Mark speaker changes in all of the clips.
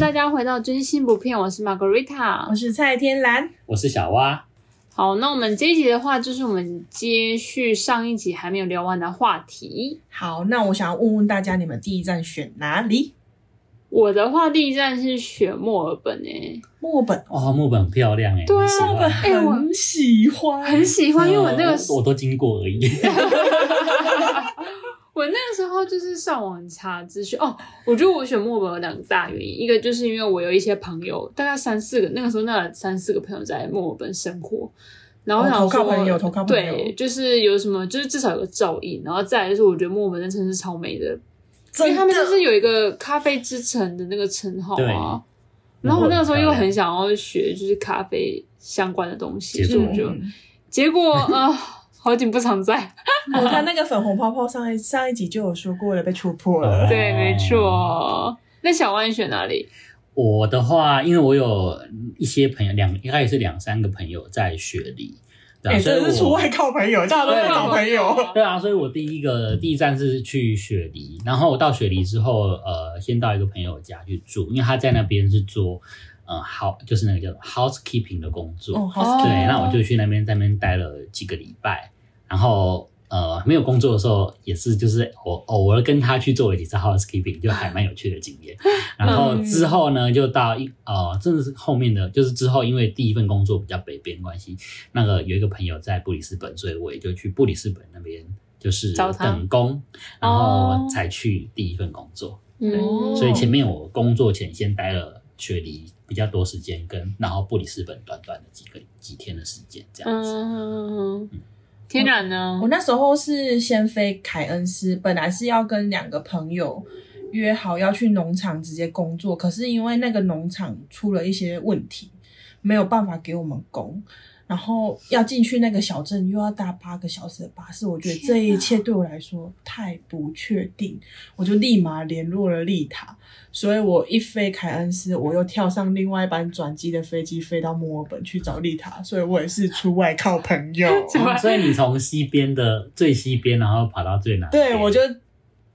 Speaker 1: 大家回到真心不骗，我是 Margarita
Speaker 2: 我。是蔡天蓝，
Speaker 3: 我是小蛙，
Speaker 1: 好，那我们这一集的话，就是我们接续上一集还没有聊完的话题。
Speaker 2: 好，那我想要问问大家，你们第一站选哪里？
Speaker 1: 我的话，第一站是选墨尔本欸诶、
Speaker 2: 墨尔本，
Speaker 3: 哦，木本很漂亮哎，
Speaker 1: 对啊
Speaker 3: 很喜欢
Speaker 1: 木本哎我
Speaker 2: 很喜欢，
Speaker 1: 很喜欢，因为我那个
Speaker 2: 嗯
Speaker 1: 时
Speaker 3: 我我都经过而已。
Speaker 1: 我那个时候就是上网查资讯哦，我觉得我选墨尔本有两个大原因，一个就是因为我有一些朋友，大概三四个，那个时候那三四个朋友在墨尔本生活，然后我
Speaker 2: 哦
Speaker 1: 想说、
Speaker 2: 投靠朋友投靠朋友
Speaker 1: 对，就是有什么，就是至少有个照应，然后再来就是我觉得墨尔本真的城市超美的，因
Speaker 2: 真
Speaker 1: 为
Speaker 2: 的
Speaker 1: 他们就是有一个咖啡之城的那个称号啊。然后我那个时候又很想要学就是咖啡相关的东西，
Speaker 3: 结
Speaker 1: 所以
Speaker 3: 果
Speaker 1: 我就
Speaker 2: 嗯
Speaker 1: 结果呃， 好景不常在。
Speaker 2: 哦我看那个粉红泡泡上一上一集就有说过了，被戳破了。
Speaker 1: 对，
Speaker 3: 哦
Speaker 1: 没错。那小万选哪里？
Speaker 3: 我的话，因为我有一些朋友，两应该也是两三个朋友在雪梨，对啊，
Speaker 1: 欸
Speaker 2: 哎、
Speaker 3: 所以
Speaker 2: 真的是出
Speaker 3: 我
Speaker 2: 外靠朋友，大家都在找朋友。
Speaker 3: 对啊，所以我第一个第一站是去雪梨，然后我到雪梨之后，呃，先到一个朋友家去住，因为他在那边是做，呃，house 就是那个叫做 housekeeping 的工作，
Speaker 2: 哦，好
Speaker 1: 哦
Speaker 2: 可
Speaker 3: 对
Speaker 2: 爱，
Speaker 3: 那我就去那边在那边待了几个礼拜，然后呃没有工作的时候也是就是我偶尔跟他去做了几次 housekeeping，就还蛮有趣的经 验。然后
Speaker 1: 嗯
Speaker 3: 之后呢，就到一呃真的是后面的就是之后，因为第一份工作比较北边关系，那个有一个朋友在布里斯本，所以我也就去布里斯本那边。就是
Speaker 1: 找他
Speaker 3: 等工，然
Speaker 1: 哦
Speaker 3: 后才去第一份工作。
Speaker 1: 嗯，
Speaker 3: 所以前面我工作前先待了雪梨比较多时间，跟然后布里斯本短短的几个几天的时间这样子。
Speaker 1: 嗯，天然呢
Speaker 2: 我？那时候是先飞凯恩斯，本来是要跟两个朋友约好要去农场直接工作，可是因为那个农场出了一些问题，没有办法给我们工。然后要进去那个小镇，又要搭八个小时的巴士，我觉得这一切对我来说太不确定，我就立马联络了丽塔，所以我一飞凯恩斯，我又跳上另外一班转机的飞机飞到墨尔本去找丽塔，所以我也是出外靠朋友。
Speaker 1: 嗯
Speaker 3: 哦所以你从西边的最西边，然后跑到最南边。
Speaker 2: 对，我就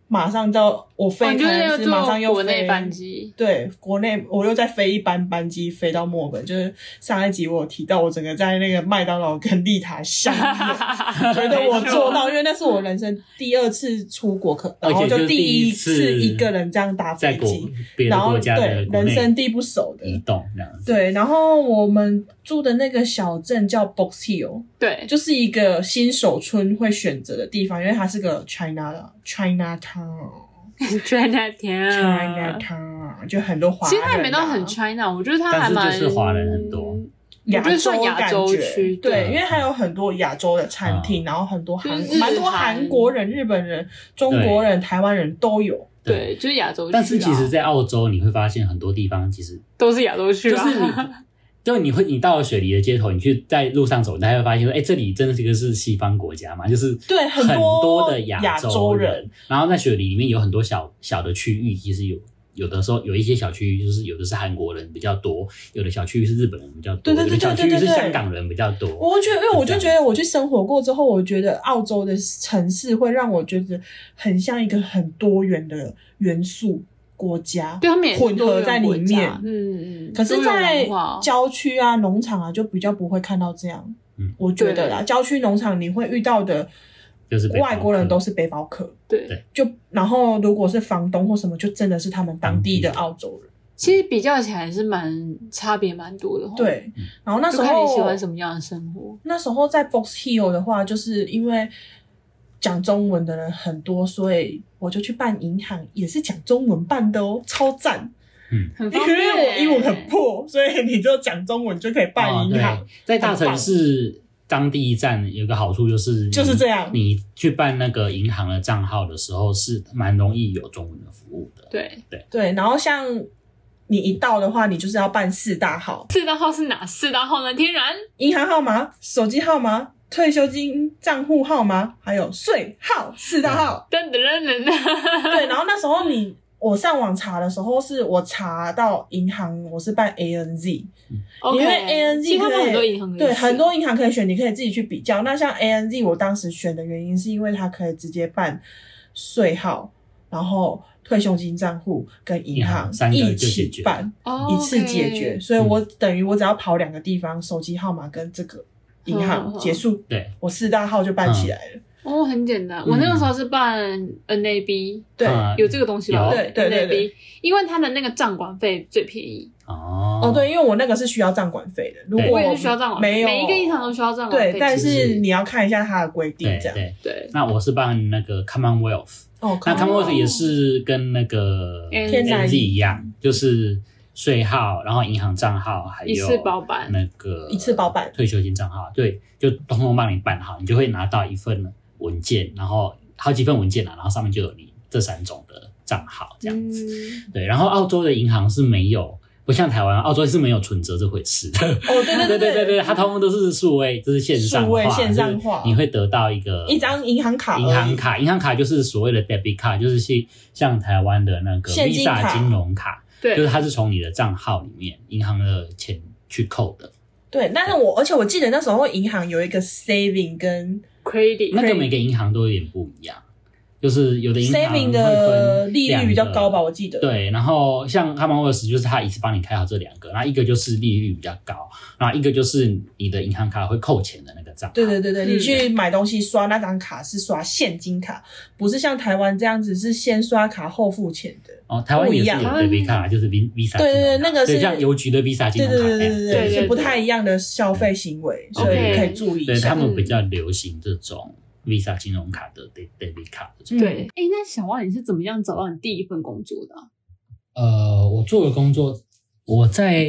Speaker 2: 马上到我飞
Speaker 1: 哦你就
Speaker 2: 凯
Speaker 1: 是
Speaker 2: 恩斯，马上
Speaker 1: 坐
Speaker 2: 又
Speaker 1: 国内
Speaker 2: 飞
Speaker 1: 班。机。
Speaker 2: 对，国内我又再飞一班班机飞到墨尔本，就是上一集我有提到，我整个在那个麦当劳跟丽塔 相拥， 觉得我做到，因为那是我人生第二次出国，可然
Speaker 3: 而
Speaker 2: 后
Speaker 3: 且
Speaker 2: 就
Speaker 3: 就
Speaker 2: 第
Speaker 3: 一
Speaker 2: 次一个人这样搭
Speaker 3: 在
Speaker 2: 飞
Speaker 3: 国
Speaker 2: 机，
Speaker 3: 别的
Speaker 2: 然后
Speaker 3: 国家的
Speaker 2: 对
Speaker 3: 国
Speaker 2: 人
Speaker 3: 内嗯
Speaker 2: 生地不熟的，
Speaker 3: 移动这样子。
Speaker 2: 对，然后我们住的那个小镇叫 Box Hill，
Speaker 1: 对，
Speaker 2: 就是一个新手村会选择的地方，因为它是个 China 的 China Town，China
Speaker 1: 就 China 天啊
Speaker 2: 啊 Town 就很多华
Speaker 1: 嗯其
Speaker 2: 人啊、嗯
Speaker 1: 实他也没到很 China，我觉得他还
Speaker 3: 但是
Speaker 1: 蛮
Speaker 3: 就是华人很多。
Speaker 2: 亚
Speaker 1: 我觉得
Speaker 2: 洲
Speaker 1: 算
Speaker 2: 的
Speaker 1: 亚
Speaker 2: 感
Speaker 1: 洲
Speaker 2: 觉
Speaker 1: 区
Speaker 2: 对，
Speaker 3: 对
Speaker 2: 因为它有很多亚洲的餐厅，
Speaker 3: 嗯
Speaker 2: 然后很多韩
Speaker 1: 就是日
Speaker 2: 蛮多
Speaker 1: 韩
Speaker 2: 韩国人、日本人、中国人、台湾人都有。
Speaker 1: 对，就是亚洲区啊。
Speaker 3: 但是其实，在澳洲你会发现很多地方其实
Speaker 1: 都是亚洲区
Speaker 3: 就
Speaker 1: 啊。
Speaker 3: 是你，就你会你到了雪梨的街头，你去在路上走，你还会发现说，哎、这里真的是一个是西方国家嘛，就是
Speaker 2: 对很
Speaker 3: 很
Speaker 2: 多
Speaker 3: 的
Speaker 2: 亚
Speaker 3: 亚
Speaker 2: 洲
Speaker 3: 人。
Speaker 2: 人
Speaker 3: 然后在雪梨里面有很多小小的区域，其实有有的时候有一些小区域就是有的是韩国人比较多，有的小区域是日本人比较
Speaker 2: 对
Speaker 3: 多，
Speaker 2: 对对
Speaker 3: 有的小
Speaker 2: 对
Speaker 3: 区域
Speaker 2: 对对
Speaker 3: 是
Speaker 2: 对
Speaker 3: 香港人比较多。
Speaker 2: 我觉得，因为我就觉得我去生活过之后，我觉得澳洲的城市会让我觉得很像一个很多元的元素国 家，
Speaker 1: 对他们也是
Speaker 2: 混合在里
Speaker 1: 多元国
Speaker 2: 面
Speaker 1: 家。嗯嗯。
Speaker 2: 可是，
Speaker 1: 多元
Speaker 2: 在
Speaker 1: 文化哦
Speaker 2: 郊区啊、农场啊，就比较不会看到这样。
Speaker 3: 嗯
Speaker 2: 我觉得啦，
Speaker 1: 对
Speaker 2: 郊区农场你会遇到的
Speaker 3: 就是背包客
Speaker 2: 外国人都是背包客，
Speaker 1: 对，
Speaker 3: 对
Speaker 2: 就然后如果是房东或什么，就真的是他们当地的
Speaker 3: 当地的
Speaker 2: 澳洲人。
Speaker 1: 其实比较起来是蛮差别蛮多的。，
Speaker 2: 对
Speaker 3: 嗯，
Speaker 2: 然后那时
Speaker 1: 就看
Speaker 2: 候
Speaker 1: 你喜欢什么样的生活。
Speaker 2: 那时候在 Box Hill 的话，就是因为讲中文的人很多，所以我就去办银行，也是讲中文办的哦，超赞。
Speaker 1: 很
Speaker 2: 因
Speaker 1: 方便欸。
Speaker 2: 为我英文很破，所以你就讲中文就可以办
Speaker 3: 哦
Speaker 2: 银
Speaker 3: 对
Speaker 2: 行。
Speaker 3: 在大城市当第一站有个好处就是你
Speaker 2: 就是这样
Speaker 3: 你去办那个银行的账号的时候是蛮容易有中文的服务的。
Speaker 1: 对，
Speaker 2: 对，然后像你一到的话，你就是要办四大号：
Speaker 1: 四大号是哪四大号呢？天然。
Speaker 2: 银行号码、手机号码、退休金账户号码，还有税号四大号。
Speaker 1: 噔噔噔噔，
Speaker 2: 对，然后那时候你我上网查的时候，是我查到银行，我是办 ANZ，因
Speaker 1: OK，
Speaker 2: 为 ANZ
Speaker 1: 其实他
Speaker 2: 可
Speaker 1: 们很
Speaker 2: 以
Speaker 1: 多银行可以
Speaker 2: 对
Speaker 1: 选
Speaker 2: 很多银行可以选，你可以自己去比较。那像 ANZ，我当时选的原因是因为它可以直接办税号，然后退休金账户跟银
Speaker 3: 银
Speaker 2: 行
Speaker 3: 行三个
Speaker 2: 一
Speaker 3: 就解
Speaker 2: 起
Speaker 3: 决
Speaker 2: 办，
Speaker 1: 哦
Speaker 2: 一次解
Speaker 1: OK
Speaker 2: 决，所以我等于我只要跑两个地方，手机号码跟这个银
Speaker 1: 嗯嗯
Speaker 2: 行
Speaker 1: 嗯
Speaker 2: 结束，
Speaker 3: 对，
Speaker 2: 我四大号就办
Speaker 3: 嗯
Speaker 2: 起来了。
Speaker 1: 哦，很简单。我那个时候是办 NAB，、
Speaker 2: 对，
Speaker 3: 嗯
Speaker 1: 有这个东西吧？
Speaker 3: 有
Speaker 2: 对对对
Speaker 1: NAB，
Speaker 2: 对
Speaker 1: 因为它的那个账管费最便宜，
Speaker 3: 哦
Speaker 2: 哦，对，因为我那个是需要账管费的，如
Speaker 3: 对
Speaker 2: 果
Speaker 1: 我也是需要账管费，
Speaker 2: 没有
Speaker 1: 每一个银行都需要账管费。
Speaker 2: 对，但
Speaker 1: 其实
Speaker 2: 是你要看一下它的规定
Speaker 3: 对
Speaker 2: 这样。
Speaker 3: 对。
Speaker 1: 对，
Speaker 3: 那我是办那个 Commonwealth，
Speaker 2: 哦，
Speaker 3: 那
Speaker 1: 看
Speaker 3: Commonwealth 也是跟那个
Speaker 1: 天
Speaker 2: 然
Speaker 3: NZ 一样，就是税号，然后银行账号，还有
Speaker 1: 一次包办
Speaker 3: 那个
Speaker 2: 一次包办
Speaker 3: 退休金账号，对，就通通帮你办好，你就会拿到一份文件，然后好几份文件啦，啊然后上面就有你这三种的账号这样子。
Speaker 1: 嗯
Speaker 3: 对，然后澳洲的银行是没有，不像台湾，澳洲是没有存折这回事的。
Speaker 2: 哦，对对
Speaker 3: 对对
Speaker 2: 对
Speaker 3: 对对，它通通都是数位，就是线上
Speaker 2: 数位
Speaker 3: 化，
Speaker 2: 线上化
Speaker 3: 就是你会得到一个
Speaker 2: 一张银行卡而已，
Speaker 3: 银行卡，银行卡就是所谓的 debit 卡，就是像像台湾的那个
Speaker 2: 现金卡
Speaker 3: Visa 金融卡，
Speaker 1: 对，
Speaker 3: 就是它是从你的账号里面银行的钱去扣的。
Speaker 2: 对，但是我而且我记得那时候银行有一个 saving 跟
Speaker 1: credit
Speaker 3: 那个每个银行都有点不一样，就是有的银行
Speaker 2: saving
Speaker 3: 会
Speaker 2: 的
Speaker 3: 分
Speaker 2: 利率比较高吧，我记得。
Speaker 3: 两个。对，然后像 Commonwealth 就是它一次帮你开好这两个，然后一个就是利率比较高，然后一个就是你的银行卡会扣钱的那个账号。
Speaker 2: 对对对对，你
Speaker 1: 嗯
Speaker 2: 去买东西刷那张卡是刷现金卡，不是像台湾这样子是先刷卡后付钱的。
Speaker 3: 哦，台湾也是有
Speaker 2: 不一
Speaker 1: 样
Speaker 3: debit 卡，就是 Vi- Visa
Speaker 2: 对对对
Speaker 3: 金融卡
Speaker 2: 那个是
Speaker 3: 对像邮局的 Visa 金
Speaker 2: 对
Speaker 3: 融
Speaker 2: 对对
Speaker 3: 卡那样。
Speaker 2: 对
Speaker 1: 对对
Speaker 2: 是不太一样的消费行为，所以
Speaker 3: OK
Speaker 2: 可以注意一
Speaker 3: 对他
Speaker 2: 下。
Speaker 3: 们比较
Speaker 1: 嗯
Speaker 3: 流行这种 Visa 金融卡的 de- debit 卡的这
Speaker 2: 嗯
Speaker 3: 种。
Speaker 1: 对，哎、那小万你是怎么样找到你第一份工作的啊、
Speaker 3: 呃，我做的工作，我在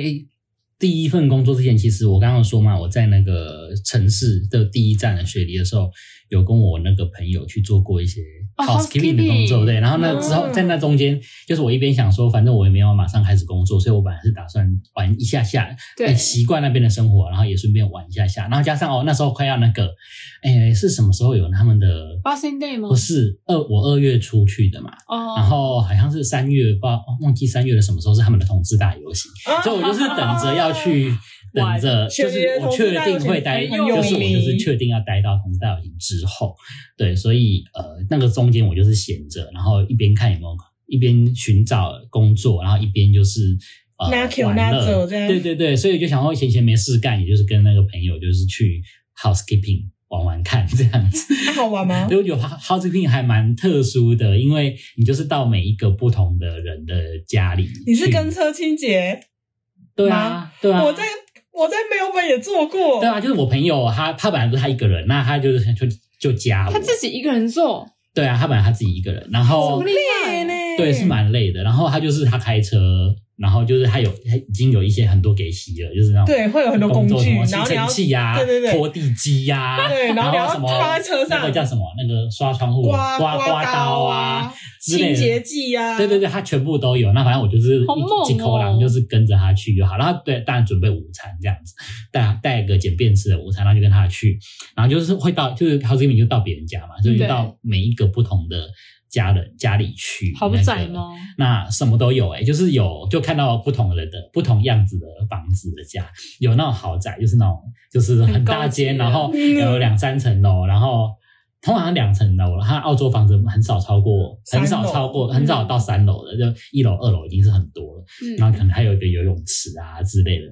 Speaker 3: 第一份工作之前，其实我刚刚有说嘛，我在那个城市的第一站的雪梨的时候，有跟我那个朋友去做过一些
Speaker 1: 哦
Speaker 3: housekeeping 的工作，
Speaker 1: housekeeping
Speaker 3: 对。然后呢，之后
Speaker 2: 嗯
Speaker 3: 在那中间，就是我一边想说，反正我也没有马上开始工作，所以我本来是打算玩一下下，
Speaker 1: 对
Speaker 3: 哎习惯那边的生活，然后也顺便玩一下下。然后加上哦，那时候快要那个，哎，是什么时候有他们的？
Speaker 1: ？Boxing Day 吗
Speaker 3: 不？是二，我二月出去的嘛，然
Speaker 1: 哦，
Speaker 3: 后好像是三月，不知道忘记三月的什么时候是他们的同志大游行，
Speaker 2: 啊
Speaker 3: 所以我就是等着 要去，
Speaker 1: 玩
Speaker 3: 等着就是我确定会待，
Speaker 1: 雪梨的同志大游行很有
Speaker 3: 就是我
Speaker 2: 名
Speaker 3: 就是确定要待到同志大游行之后，对，所以呃那个中间我就是闲着，然后一边看有没有，一边寻找工作，然后一边就是。呃
Speaker 2: 拿，球
Speaker 3: 玩
Speaker 2: 拿走
Speaker 3: 乐，
Speaker 2: 这样
Speaker 3: 对对对，所以就想说闲闲没事干，也就是跟那个朋友就是去 housekeeping 玩玩看这样子。
Speaker 2: 还好玩吗？
Speaker 3: 对，我觉得 housekeeping 还蛮特殊的，因为你就是到每一个不同的人的家里去。
Speaker 2: 你是跟车清洁？
Speaker 3: 对啊，对啊，
Speaker 2: 我在我在美尔本也做过
Speaker 3: 对，啊，就是我朋友他他本来不是他一个人，那他就是就就加我
Speaker 1: 他，自己一个人做，
Speaker 3: 对啊，他本来他自己一个人，然
Speaker 1: 这
Speaker 3: 后
Speaker 1: 么厉害
Speaker 2: 哎呢？
Speaker 3: 对是蛮累的，然后他就是他开车，然后就是他有他已经有一些很多给洗了，就是那种
Speaker 2: 对会有很多
Speaker 3: 工
Speaker 2: 工
Speaker 3: 作
Speaker 2: 具
Speaker 3: 什么，吸
Speaker 2: 然后你要
Speaker 3: 尘器呀、
Speaker 2: 对对对
Speaker 3: 拖地机呀、
Speaker 2: 对，然后你要
Speaker 3: 什么
Speaker 2: 放在车上
Speaker 3: 那个叫什么那个刷窗户
Speaker 2: 刮
Speaker 3: 刮
Speaker 2: 刮
Speaker 3: 刀
Speaker 2: 啊，
Speaker 3: 之
Speaker 2: 清
Speaker 3: 类的
Speaker 2: 洁剂啊，
Speaker 3: 对对对，他全部都有。那反正我就是
Speaker 1: 好猛哦
Speaker 3: 一一口狼，就是跟着他去就好。然后对，当然准备午餐这样子，带带个简便吃的午餐，然后就跟他去。然后就是会到，就是 housekeeping 就到别人家嘛，所以就
Speaker 1: 对
Speaker 3: 到每一个不同的家人家里去。
Speaker 1: 好不窄哦
Speaker 3: 那个
Speaker 1: 吗？
Speaker 3: 那什么都有诶、就是有就看到不同人的不同样子的房子的家，有那种豪宅，就是那种就是很大间，
Speaker 1: 很高级的嗯
Speaker 3: 然后有两三层楼，然后通常两层楼，它澳洲房子很少超过，
Speaker 2: 三楼
Speaker 3: 很少超过，很少到三楼的，就一楼二楼已经是很多了，然
Speaker 1: 嗯，
Speaker 3: 后可能还有一个游泳池啊之类的，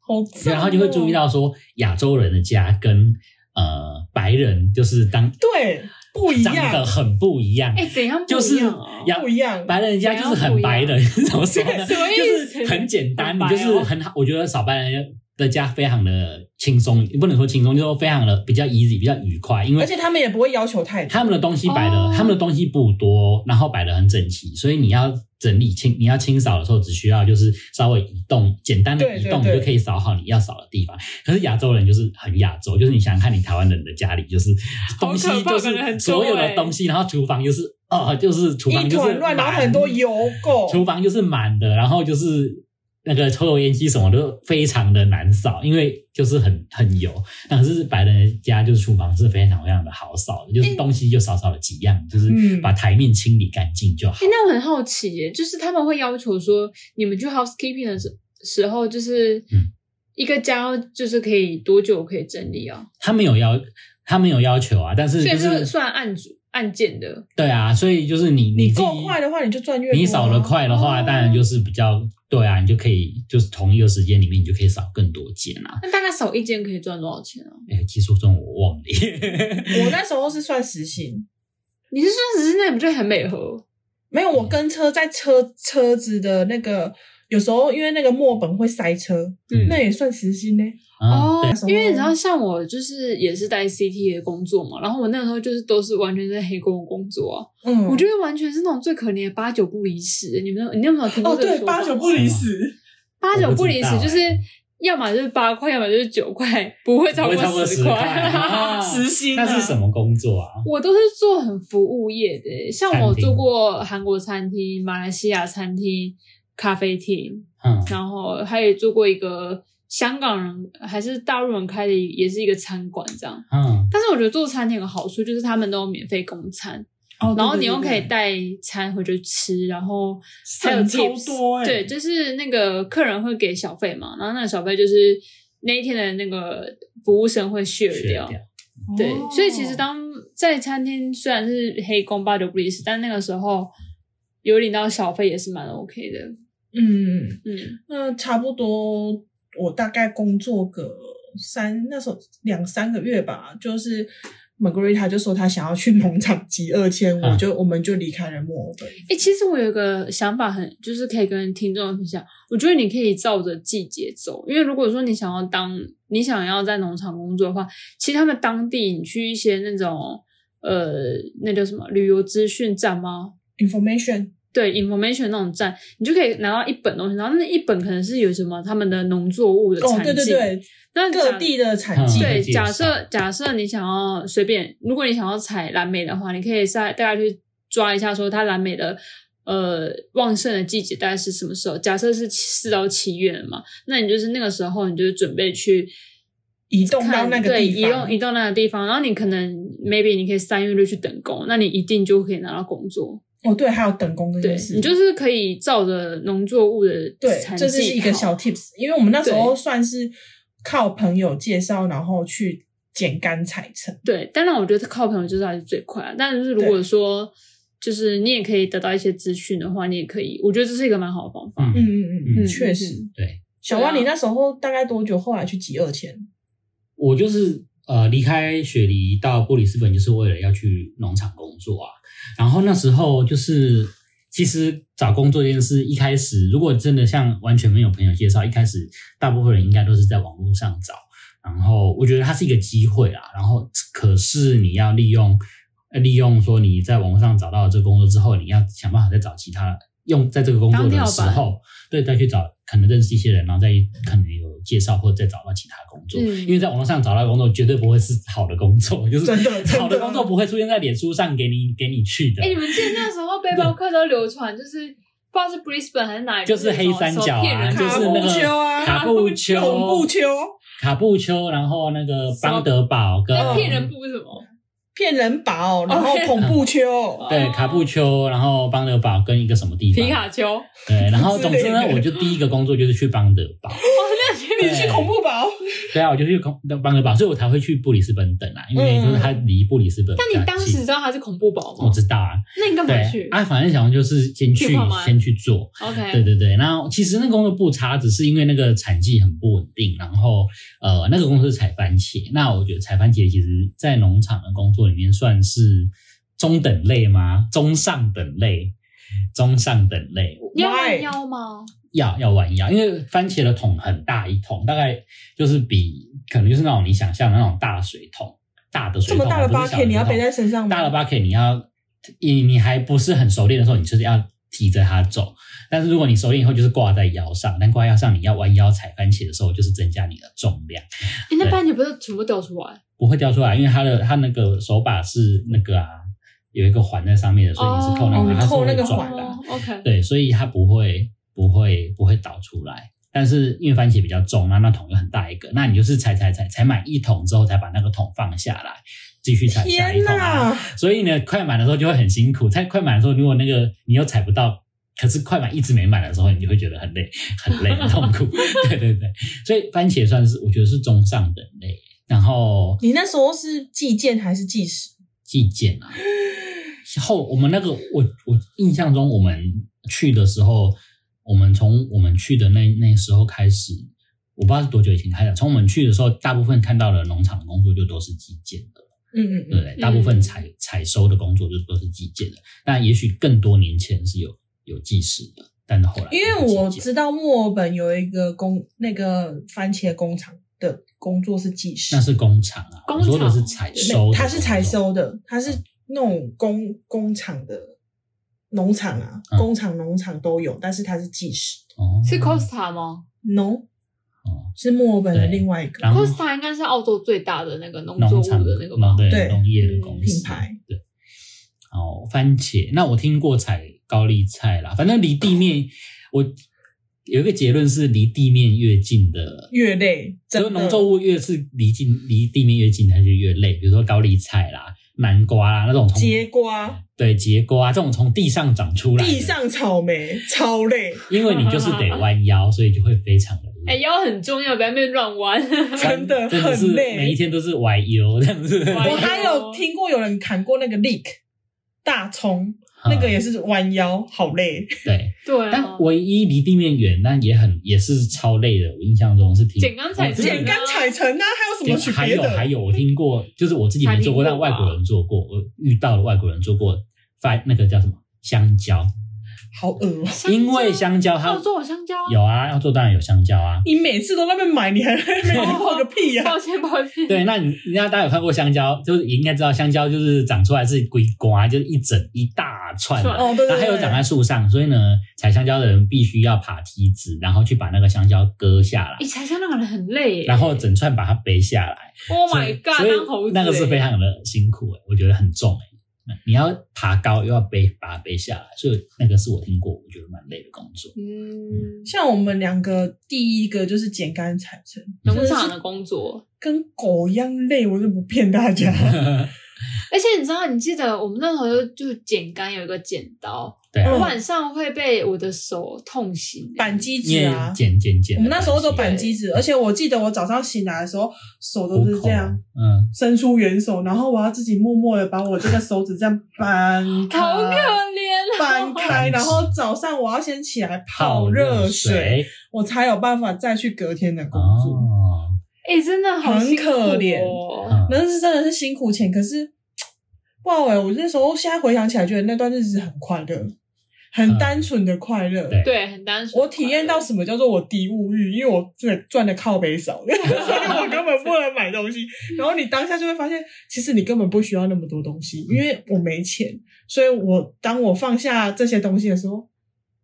Speaker 2: 好赞哦
Speaker 3: 然后就会注意，到说亚洲人的家跟呃白人就是当
Speaker 2: 对，不一
Speaker 3: 长得
Speaker 2: 样，
Speaker 3: 很不一样，
Speaker 1: 哎、怎样不
Speaker 3: 就是
Speaker 1: 一样啊
Speaker 3: 亚
Speaker 2: 不一样，
Speaker 3: 白人家就是很白的， 怎么说 呢？
Speaker 1: 什么意思
Speaker 3: 就是很简单，
Speaker 1: 很
Speaker 3: 你
Speaker 1: 白哦
Speaker 3: 就是很好。我觉得扫白人的家非常的轻松，也不能说轻松，就是说非常的比较 easy，比较愉快，因
Speaker 2: 而
Speaker 3: 为
Speaker 2: 且他们也不会要求太多
Speaker 3: 他。们的东西摆的，
Speaker 1: 哦
Speaker 3: 他们的东西不多，然后摆的很整齐，所以你要整理清，你要清扫的时候，只需要就是稍微移动，简单的
Speaker 2: 对
Speaker 3: 移
Speaker 2: 对
Speaker 3: 动，你
Speaker 2: 对
Speaker 3: 就可以扫好你要扫的地方。可是亚洲人就是很亚洲，就是你想想看，你台湾人的家里就是
Speaker 1: 好
Speaker 3: 东西
Speaker 1: 可怕
Speaker 3: 就
Speaker 1: 感觉很
Speaker 3: 是
Speaker 1: 多
Speaker 3: 所有的
Speaker 1: 欸
Speaker 3: 东西，然后厨房就是哦，就是厨房
Speaker 2: 一
Speaker 3: 就是
Speaker 2: 团乱，然后
Speaker 3: 满
Speaker 2: 很多油垢，
Speaker 3: 厨房就是满的，然后就是那个抽油烟机什么都非常的难扫，因为就是很很油。但是白人家就是厨房是非常非常的好扫的，就是东西就少少的几样，就是
Speaker 2: 嗯
Speaker 3: 把台面清理干净就好
Speaker 1: 哎、。那我很好奇耶，就是他们会要求说，你们去 housekeeping 的时时候，就是
Speaker 3: 嗯
Speaker 1: 一个家就是可以多久可以整理啊？
Speaker 3: 他们有要，他们有要求啊，但是
Speaker 1: 所以
Speaker 3: 就
Speaker 1: 这
Speaker 3: 是
Speaker 1: 算按组按键的，
Speaker 3: 对啊，所以就是你
Speaker 2: 你
Speaker 3: 自己
Speaker 2: 够快的话你就赚越多啊
Speaker 3: 你扫得快的话，
Speaker 2: 哦
Speaker 3: 当然就是比较对啊，你就可以就是同一个时间里面，你就可以扫更多件啊。
Speaker 1: 那大概扫一件可以赚多少钱啊？
Speaker 3: 哎、技术中我忘了耶，
Speaker 2: 我那时候是算时薪，
Speaker 1: 你是说只是那不就很美和？
Speaker 2: 没有我跟车在车车子的那个，有时候因为那个墨本会塞车，
Speaker 3: 嗯
Speaker 2: 那也算时薪呢。
Speaker 3: 啊，对，
Speaker 1: 哦因为你知道，像我就是也是带 CT 的工作嘛，然后我那个时候就是都是完全在黑工工作啊，
Speaker 2: 嗯，
Speaker 1: 我觉得完全是那种最可怜的八九不离十。你们你有没有听过
Speaker 2: 哦，
Speaker 1: 这个
Speaker 2: 对，
Speaker 1: 说法？
Speaker 2: 八九不离十，
Speaker 1: 八九不离十
Speaker 3: 我，不
Speaker 1: 就
Speaker 3: 知道
Speaker 1: 是要么就是八块，要么就是九块，不 会超
Speaker 3: 不会超过
Speaker 1: 过
Speaker 3: 十
Speaker 1: 块。
Speaker 3: 啊
Speaker 2: 时薪啊
Speaker 3: 那是什么工作啊？
Speaker 1: 我都是做很服务业的欸，像我
Speaker 3: 餐厅
Speaker 1: 做过韩国餐厅、马来西亚餐厅、咖啡厅，
Speaker 3: 嗯，
Speaker 1: 然后还有做过一个香港人还是大陆人开的，也是一个餐馆这样。
Speaker 3: 嗯，
Speaker 1: 但是我觉得做餐厅有个好处就是他们都有免费供餐，
Speaker 2: 哦
Speaker 1: 然后你又可
Speaker 2: 对
Speaker 1: 以
Speaker 2: 对对
Speaker 1: 带餐回去吃，然后还有
Speaker 2: 省超
Speaker 1: tips，
Speaker 2: 多欸
Speaker 1: 对，就是那个客人会给小费嘛，然后那个小费就是那一天的那个服务生会 share
Speaker 3: 学
Speaker 1: 掉
Speaker 3: 掉，，
Speaker 1: 对，
Speaker 2: 哦
Speaker 1: 所以其实当在餐厅虽然是黑工八九不离十，但那个时候有领到小费也是蛮 OK 的，
Speaker 2: 嗯。
Speaker 1: 嗯，
Speaker 2: 那差不多，我大概工作个三那时候两三个月吧，就是 Margarita 就说她想要去农场集二千，我
Speaker 3: 嗯
Speaker 2: 就我们就离开了墨尔本。
Speaker 1: 哎、其实我有一个想法很，就是可以跟听众分享。我觉得你可以照着季节走，因为如果说你想要当你想要在农场工作的话，其实他们当地你去一些那种呃，那叫什么旅游资讯站吗？
Speaker 2: Information
Speaker 1: 对，information 那种站，你就可以拿到一本东西，然后那一本可能是有什么他们的农作物的
Speaker 2: 哦
Speaker 1: 产，
Speaker 2: 对对
Speaker 1: 季，
Speaker 2: 对，
Speaker 1: 那假
Speaker 2: 各地的产季
Speaker 3: 嗯，
Speaker 1: 对，
Speaker 3: 介
Speaker 1: 假
Speaker 3: 绍
Speaker 1: 设假设你想要随便，如果你想要采蓝莓的话，你可以再大概去抓一下，说它蓝莓的呃旺盛的季节大概是什么时候？假设是四到七月嘛，那你就是那个时候，你就准备去
Speaker 2: 移动到
Speaker 1: 看
Speaker 2: 那个
Speaker 1: 对，
Speaker 2: 地
Speaker 1: 移动
Speaker 2: 方。
Speaker 1: 移动那个地方，然后你可能 maybe 你可以三月就去等工，那你一定就可以拿到工作。
Speaker 2: 哦，对，还有等工这
Speaker 1: 对
Speaker 2: 件事，
Speaker 1: 你就是可以照着农作物的
Speaker 2: 对，
Speaker 1: 产
Speaker 2: 这是
Speaker 1: 季
Speaker 2: 一个
Speaker 1: 跑
Speaker 2: 小 tips，因为我们那时候算是靠朋友介绍，然后去捡干采成。
Speaker 1: 对，当然我觉得靠朋友就是还是最快啊。但是如果说就是你也可以得到一些资讯的话，你也可以，我觉得这是一个蛮好的方法。
Speaker 2: 嗯
Speaker 3: 嗯，
Speaker 2: 嗯嗯，
Speaker 1: 嗯
Speaker 2: 确实。
Speaker 1: 嗯
Speaker 3: 对，
Speaker 2: 小万，
Speaker 1: 对啊
Speaker 2: 你那时候大概多久？后来去集二千？
Speaker 3: 我就是呃离开雪梨到布里斯本，就是为了要去农场工作啊。然后那时候就是，其实找工作这件事，一开始如果真的像完全没有朋友介绍，一开始大部分人应该都是在网络上找。然后我觉得它是一个机会啊，然后可是你要利用呃利用说你在网络上找到这个工作之后，你要想办法再找其他用在这个工作
Speaker 1: 当跳
Speaker 3: 的
Speaker 1: 板
Speaker 3: 时候，对，再去找可能认识一些人，然后再可能有介绍或者再找到其他工作，
Speaker 1: 嗯
Speaker 3: 因为在网络上找到工作绝对不会是好的工作， 就是
Speaker 2: 真的真的
Speaker 3: 好的工作不会出现在脸书上给你给你去的
Speaker 1: 哎、。你们记得那时候背包客都流传，就是不知道是 Brisbane 还是哪里，
Speaker 3: 就是黑三角
Speaker 1: 骗
Speaker 3: 啊，
Speaker 1: 人
Speaker 3: 就是
Speaker 2: 卡
Speaker 3: 那
Speaker 2: 布丘啊
Speaker 3: 个卡布丘、
Speaker 2: 恐怖丘
Speaker 3: 卡布丘，然后那个邦德堡跟
Speaker 2: 嗯
Speaker 1: 那骗人不是什么？
Speaker 2: 骗人
Speaker 3: 哦
Speaker 2: 宝，然后恐怖丘，
Speaker 3: 对，卡布丘，然后邦德堡跟一个什么地方？
Speaker 1: 皮卡丘，哇，
Speaker 3: 对，然后总之呢
Speaker 2: 之类，的
Speaker 3: 我就第一个工作就是去邦德 堡。
Speaker 1: 那绝对
Speaker 2: 你去恐怖堡，
Speaker 3: 对啊，我就去邦邦德堡，所以我才会去布里斯本等啊，因为就是它离布里斯本比较近。
Speaker 1: 嗯但你当时知道他是恐怖宝
Speaker 3: 我
Speaker 1: 吗？
Speaker 3: 知道啊，
Speaker 1: 那你干嘛
Speaker 3: 对
Speaker 1: 去、
Speaker 3: 啊，反正想就是先
Speaker 1: 去
Speaker 3: 去
Speaker 1: 干嘛
Speaker 3: 先去做，
Speaker 1: o k
Speaker 3: 对对对，那其实那个工作不差，只是因为那个产季很不稳定，然后呃，那个公司是采番茄，那我觉得采番茄其实在农场的工作里面算是中等类吗？中上等类，中上等类，
Speaker 1: 你要
Speaker 2: Why？
Speaker 1: 弯腰吗？
Speaker 3: 要要弯腰，因为番茄的桶很大一桶，大概就是比可能就是那种你想象的那种大水桶，大的
Speaker 2: 这
Speaker 3: 水
Speaker 2: 么
Speaker 3: 桶，
Speaker 2: 大的
Speaker 3: 不是
Speaker 2: 八
Speaker 3: 小
Speaker 2: K 你要
Speaker 3: 水桶
Speaker 2: 背在身上吗？
Speaker 3: 大了八 K，你要你你还不是很熟练的时候，你就是要提着它走。但是如果你熟练以后，就是挂在腰上，但挂腰上你要弯腰踩番茄的时候，就是增加你的重量，
Speaker 1: 哎、那
Speaker 3: 对
Speaker 1: 半截不是全部掉出来？
Speaker 3: 不会掉出来，因为它的它那个手把是那个啊，有一个环在上面的，所以你是扣那
Speaker 1: 哦
Speaker 3: 个环，它是
Speaker 2: 扣那
Speaker 3: 会
Speaker 2: 个
Speaker 3: 转
Speaker 2: 环
Speaker 3: 的啊
Speaker 1: 哦。，OK，
Speaker 3: 对，所以它不会不会不会倒出来。但是因为番茄比较重，那那桶又很大一个，那你就是踩踩踩踩满一桶之后，才把那个桶放下来，继续踩下一
Speaker 2: 天
Speaker 3: 桶啊。
Speaker 2: 哪！
Speaker 3: 所以呢，快满的时候就会很辛苦。在快满的时候，如果那个你又踩不到，可是快满一直没满的时候，你就会觉得很累、很累、很痛苦。 对对对，所以番茄算是我觉得是中上等类。然后
Speaker 2: 你那时候是计件还是计时？
Speaker 3: 计件啊，后我们那个我我印象中我们去的时候，我们从我们去的那那时候开始，我不知道是多久以前开始，从我们去的时候，大部分看到的农场的工作就都是基建的。
Speaker 2: 嗯嗯嗯
Speaker 3: 对不对？大部分采采收的工作就都是机械的，那也许更多年前是有有计时的，但是后来
Speaker 2: 因为我
Speaker 3: 知
Speaker 2: 知道墨尔本有一个工那个番茄工厂的工作是技师
Speaker 3: 那，是工厂啊，
Speaker 1: 工
Speaker 3: 我说的
Speaker 1: 厂
Speaker 3: 是采
Speaker 2: 对
Speaker 3: 收，
Speaker 2: 他是采，收的，他是那种工工厂的农场啊，
Speaker 3: 嗯
Speaker 2: 工厂农场都有，但是他是技师。
Speaker 3: 哦，
Speaker 1: 是 Costa 吗
Speaker 2: No，
Speaker 3: 哦
Speaker 2: 是墨尔本的
Speaker 3: 对
Speaker 2: 另外一个
Speaker 3: 然后
Speaker 1: ？Costa 应该是澳洲最大的那个农作
Speaker 3: 农
Speaker 1: 物
Speaker 3: 场
Speaker 1: 的那个吧？
Speaker 3: 对
Speaker 2: 对
Speaker 3: 农业的公司
Speaker 2: 品牌，
Speaker 3: 对。哦，番茄，那我听过采高丽菜啦，反正离地面，我有一个结论是，离地面越近的
Speaker 2: 月类，
Speaker 3: 所
Speaker 2: 真
Speaker 3: 以
Speaker 2: 的
Speaker 3: 农作物越是离近离地面越近，它就越累。比如说高丽菜啦、南瓜啦那种从
Speaker 2: 节瓜、
Speaker 3: 对节瓜啊这种从地上长出来，
Speaker 2: 地，上草莓，超 累，
Speaker 3: 因为你就是得弯腰，所以就会非常的
Speaker 1: 哎，
Speaker 3: 累。
Speaker 1: 腰很重要，不要被乱弯。
Speaker 2: 哎真的
Speaker 3: 真的是
Speaker 2: 很累
Speaker 3: 每一天都是歪腰这样子。
Speaker 1: 歪
Speaker 2: 我
Speaker 1: 腰
Speaker 2: 还有听过有人砍过那个 leek 大葱，
Speaker 3: 啊
Speaker 2: 那个也哦是弯腰，好累。
Speaker 3: 嗯对，
Speaker 1: 对啊
Speaker 3: 但，唯一离地面远，但也很也是超累的。我印象中是挺
Speaker 1: 简单采
Speaker 3: 我自己
Speaker 1: 对啊
Speaker 2: 剪干采成啊，还有什
Speaker 3: 对
Speaker 2: 么区
Speaker 3: 还
Speaker 2: 别
Speaker 3: 有
Speaker 2: 的？
Speaker 3: 还有，我听过，就是我自己没做过，
Speaker 1: 还
Speaker 3: 但
Speaker 1: 听过
Speaker 3: 外
Speaker 1: 吧
Speaker 3: 国人做过，我遇到了外国人做过发那个叫什么香蕉，
Speaker 2: 好恶哦！
Speaker 1: 香蕉
Speaker 3: 因为香蕉它
Speaker 1: 澳洲有香蕉啊，
Speaker 3: 有啊，要做当然有香蕉啊。
Speaker 2: 你每次都在那边买，你还在那边听哦过个屁啊呀、
Speaker 1: 抱歉抱歉，
Speaker 3: 对，那你那大家有看过香蕉，就是也应该知道香蕉就是长出来是龟瓜，就是一整一大串的。
Speaker 1: 串
Speaker 2: 哦，对对
Speaker 3: 然后它
Speaker 2: 对，
Speaker 3: 又长在树上，所以呢，采香蕉的人必须要爬梯子，然后去把那个香蕉割下来
Speaker 1: 哎，，采香那个人很累耶，
Speaker 3: 然后整串把它背下来。
Speaker 1: Oh
Speaker 3: 所
Speaker 1: my
Speaker 3: 以
Speaker 1: god，
Speaker 3: 所以
Speaker 1: 当猴子
Speaker 3: 那个是
Speaker 2: 欸
Speaker 1: 耶
Speaker 3: 非常的辛苦、欸，我觉得很重、欸那你要爬高，又要背，把它背下来，所以那个是我听过，我觉得蛮累的工 作。
Speaker 1: 嗯，
Speaker 2: 像我们两个，第一个就是剪干采成，
Speaker 1: 农场的工作。
Speaker 2: 跟狗一样累，我就不骗大家。
Speaker 1: 而且你知道，你记得我们那时候就就剪杆有一个剪刀，
Speaker 3: 对啊，
Speaker 2: 哦
Speaker 1: 我晚上会被我的手痛醒耶。
Speaker 2: 板机
Speaker 3: 因
Speaker 2: 子
Speaker 3: 为
Speaker 2: 啊，
Speaker 3: 剪剪剪
Speaker 2: 我
Speaker 3: 的关系，哎
Speaker 2: 们那时候都板
Speaker 1: 板
Speaker 2: 机
Speaker 1: 机
Speaker 2: 子，而且我记得我早上醒来的时候，手都是这样。
Speaker 3: 虎口，嗯，
Speaker 2: 伸出援手，然后我要自己默默的把我这个手指这样掰开，
Speaker 1: 好可怜
Speaker 2: 掰
Speaker 1: 哦！
Speaker 2: 开，然后早上我要先起来泡热水，
Speaker 3: 水
Speaker 2: 我才有办法再去隔天的工作。
Speaker 3: 哦，
Speaker 1: 哎、真的好
Speaker 2: 很
Speaker 1: 辛苦
Speaker 2: 可怜
Speaker 1: 哦。
Speaker 3: 嗯
Speaker 2: 那是真的是辛苦钱，可是不知道哎、我那时候现在回想起来，觉得那段日子很快乐，很
Speaker 3: 嗯
Speaker 2: 单纯的快乐。
Speaker 3: 对
Speaker 1: 对，很单纯。
Speaker 2: 我体验到什么叫做我低物欲，因为我赚赚的靠北少， 所以我根本不能买东西。然后你当下就会发现，其实你根本不需要那么多东西，因为我没钱，所以我当我放下这些东西的时候，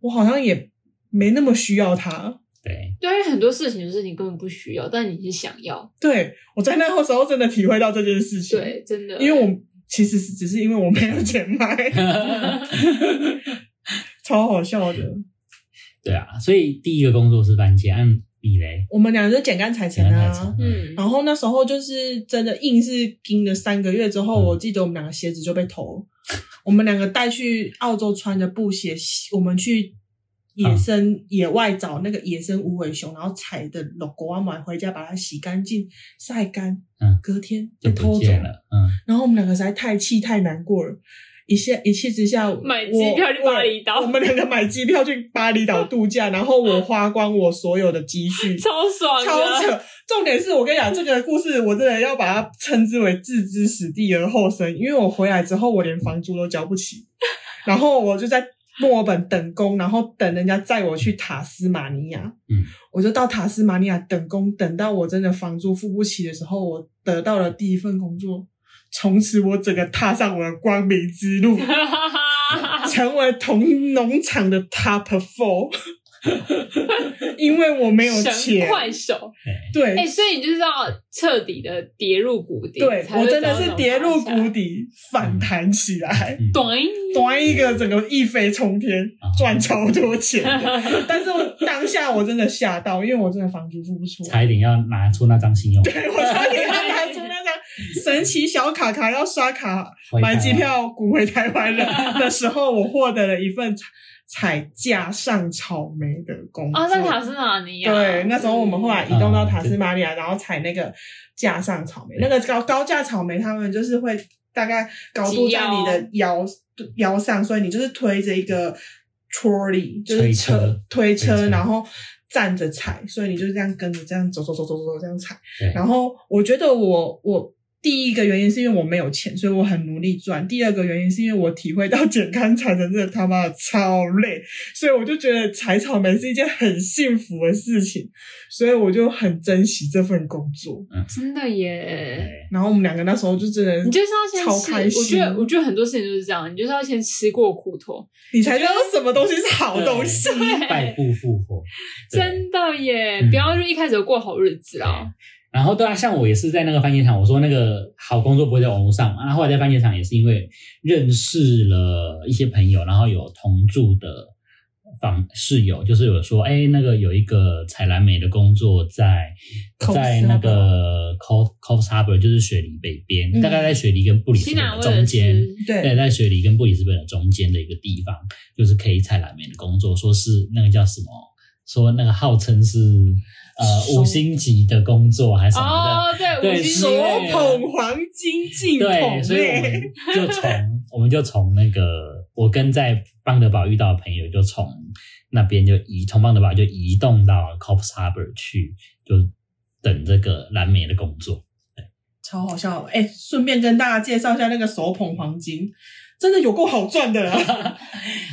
Speaker 2: 我好像也没那么需要它。
Speaker 3: 对，
Speaker 1: 对，因为很多事情就是你根本不需要，但你是想要。
Speaker 2: 对我在那个时候真的体会到这件事情，
Speaker 1: 对，真的。
Speaker 2: 因为我其实是只是因为我没有钱买，超好笑的。
Speaker 3: 对啊，所以第一个工作是番茄，按你嘞，
Speaker 2: 我们俩就简单采成
Speaker 3: 简单采
Speaker 2: 啊
Speaker 3: 成。
Speaker 1: 嗯，
Speaker 2: 然后那时候就是真的硬是盯了三个月之后，
Speaker 3: 嗯
Speaker 2: 我记得我们两个鞋子就被偷，我们两个带去澳洲穿的布鞋，我们去
Speaker 3: 嗯
Speaker 2: 野生、野外找那个野生无尾熊，然后采的老国啊买回家，把它洗干净、晒干，
Speaker 3: 嗯
Speaker 2: 隔天
Speaker 3: 就
Speaker 2: 被
Speaker 3: 不
Speaker 2: 偷走
Speaker 3: 见。了，嗯，
Speaker 2: 然后我们两个实在太气太难过了，一下一气之下，
Speaker 1: 买
Speaker 2: 我
Speaker 1: 机票去巴厘岛
Speaker 2: 我我们两个买机票去巴厘岛度假，然后我花光我所有的积 蓄，
Speaker 1: 超爽的，
Speaker 2: 超扯！重点是我跟你讲，这个故事我真的要把它称之为置之死地而后生，因为我回来之后，我连房租都交不起，然后我就在墨尔本等工，然后等人家载我去塔斯马尼亚。
Speaker 3: 嗯，
Speaker 2: 我就到塔斯马尼亚等工，等到我真的房租付不起的时候，我得到了第一份工作，从此我整个踏上我的光明 之路，成为同农场的 Top Four。因为我没有
Speaker 1: 神
Speaker 2: 钱，
Speaker 1: 快手。
Speaker 3: 对，
Speaker 2: 对，
Speaker 1: 哎、所以你就是要彻底的跌入谷底，
Speaker 2: 对
Speaker 1: 才会
Speaker 2: 我真的
Speaker 1: 找
Speaker 2: 是
Speaker 1: 到
Speaker 2: 跌入
Speaker 1: 方向
Speaker 2: 谷，底，反弹起来，
Speaker 3: 嗯
Speaker 1: 短一
Speaker 2: 端一个整个一飞冲天
Speaker 3: 啊，
Speaker 2: 赚超多钱 的。
Speaker 1: 哦
Speaker 2: 但是我当下我真的吓到，因为我真的房租付不出来，
Speaker 3: 差一点要拿出那张信用卡，
Speaker 2: 我差点要拿出那张神奇小卡卡要刷卡
Speaker 3: 回
Speaker 2: 买
Speaker 3: 台
Speaker 2: 机
Speaker 3: 湾
Speaker 2: 票滚回台湾了的时候，我获得了一份采采架上草莓的工作。
Speaker 1: 啊，在塔斯马尼亚。
Speaker 2: 对，那时候我们后来移动到
Speaker 3: 嗯
Speaker 2: 塔斯马尼亚，然后采那个架上草莓，那个高高价草莓，他们就是会大概高度在你的腰腰上，所以你就是推着一个 trolley，就是
Speaker 3: 推
Speaker 2: 车
Speaker 3: 车
Speaker 2: 推
Speaker 3: 推车
Speaker 2: 然后站着踩，所以你就是这样跟着这样走走走走走走这样踩。
Speaker 3: 对，
Speaker 2: 然后我觉得我我第一个原因是因为我没有钱，所以我很努力赚；第二个原因是因为我体会到 剪干产真的他妈的超累，所以我就觉得采草莓是一件很幸福的事情，所以我就很珍惜这份工作。
Speaker 1: 真的耶。
Speaker 3: 对
Speaker 2: 然后我们两个那时候就真的，
Speaker 1: 你就是要
Speaker 2: 超开
Speaker 1: 先吃，我觉
Speaker 2: 心
Speaker 1: 得我觉得很多事情就是这样，你就是要先吃过苦头，
Speaker 2: 你才知道什么东西是好东西。
Speaker 3: 败部复活，对
Speaker 1: 真的耶！
Speaker 3: 嗯
Speaker 1: 不要就一开始就过好日子啊，
Speaker 3: 然后对啊，像我也是在那个番茄厂，我说那个好工作不会在网络上嘛。然后后来在番茄厂也是因为认识了一些朋友，然后有同住的房室友，就是有说，哎，那个有一个采蓝莓的工作在
Speaker 2: Coffs
Speaker 3: 在那个 Cof Cof Harbor，就是雪梨北边，
Speaker 2: 嗯
Speaker 3: 大概在雪梨跟布里斯
Speaker 1: 西
Speaker 3: 本
Speaker 1: 南
Speaker 3: 的
Speaker 1: 威尔
Speaker 3: 中间。
Speaker 1: 斯
Speaker 2: 对
Speaker 3: 对，在雪梨跟布里斯本的中间的一个地方，就是可以采蓝莓的工作，说是那个叫什么，说那个号称是呃
Speaker 2: 收
Speaker 3: 五星级的工作还是什么
Speaker 1: 哦，对，
Speaker 3: 对
Speaker 1: 五星
Speaker 3: 是
Speaker 2: 手
Speaker 1: 楼
Speaker 2: 捧黄金
Speaker 3: 的，
Speaker 2: 进欸捧
Speaker 3: 对，所以我
Speaker 2: 嘞，
Speaker 3: 们就从我们就从那个我跟在邦德堡遇到的朋友，就从那边就移从邦德堡就移动到 Coffs Harbour 去，就等这个蓝莓的工作。
Speaker 2: 超好笑的。哎，顺便跟大家介绍一下那个手捧黄金，真的有够好赚的啊 啦。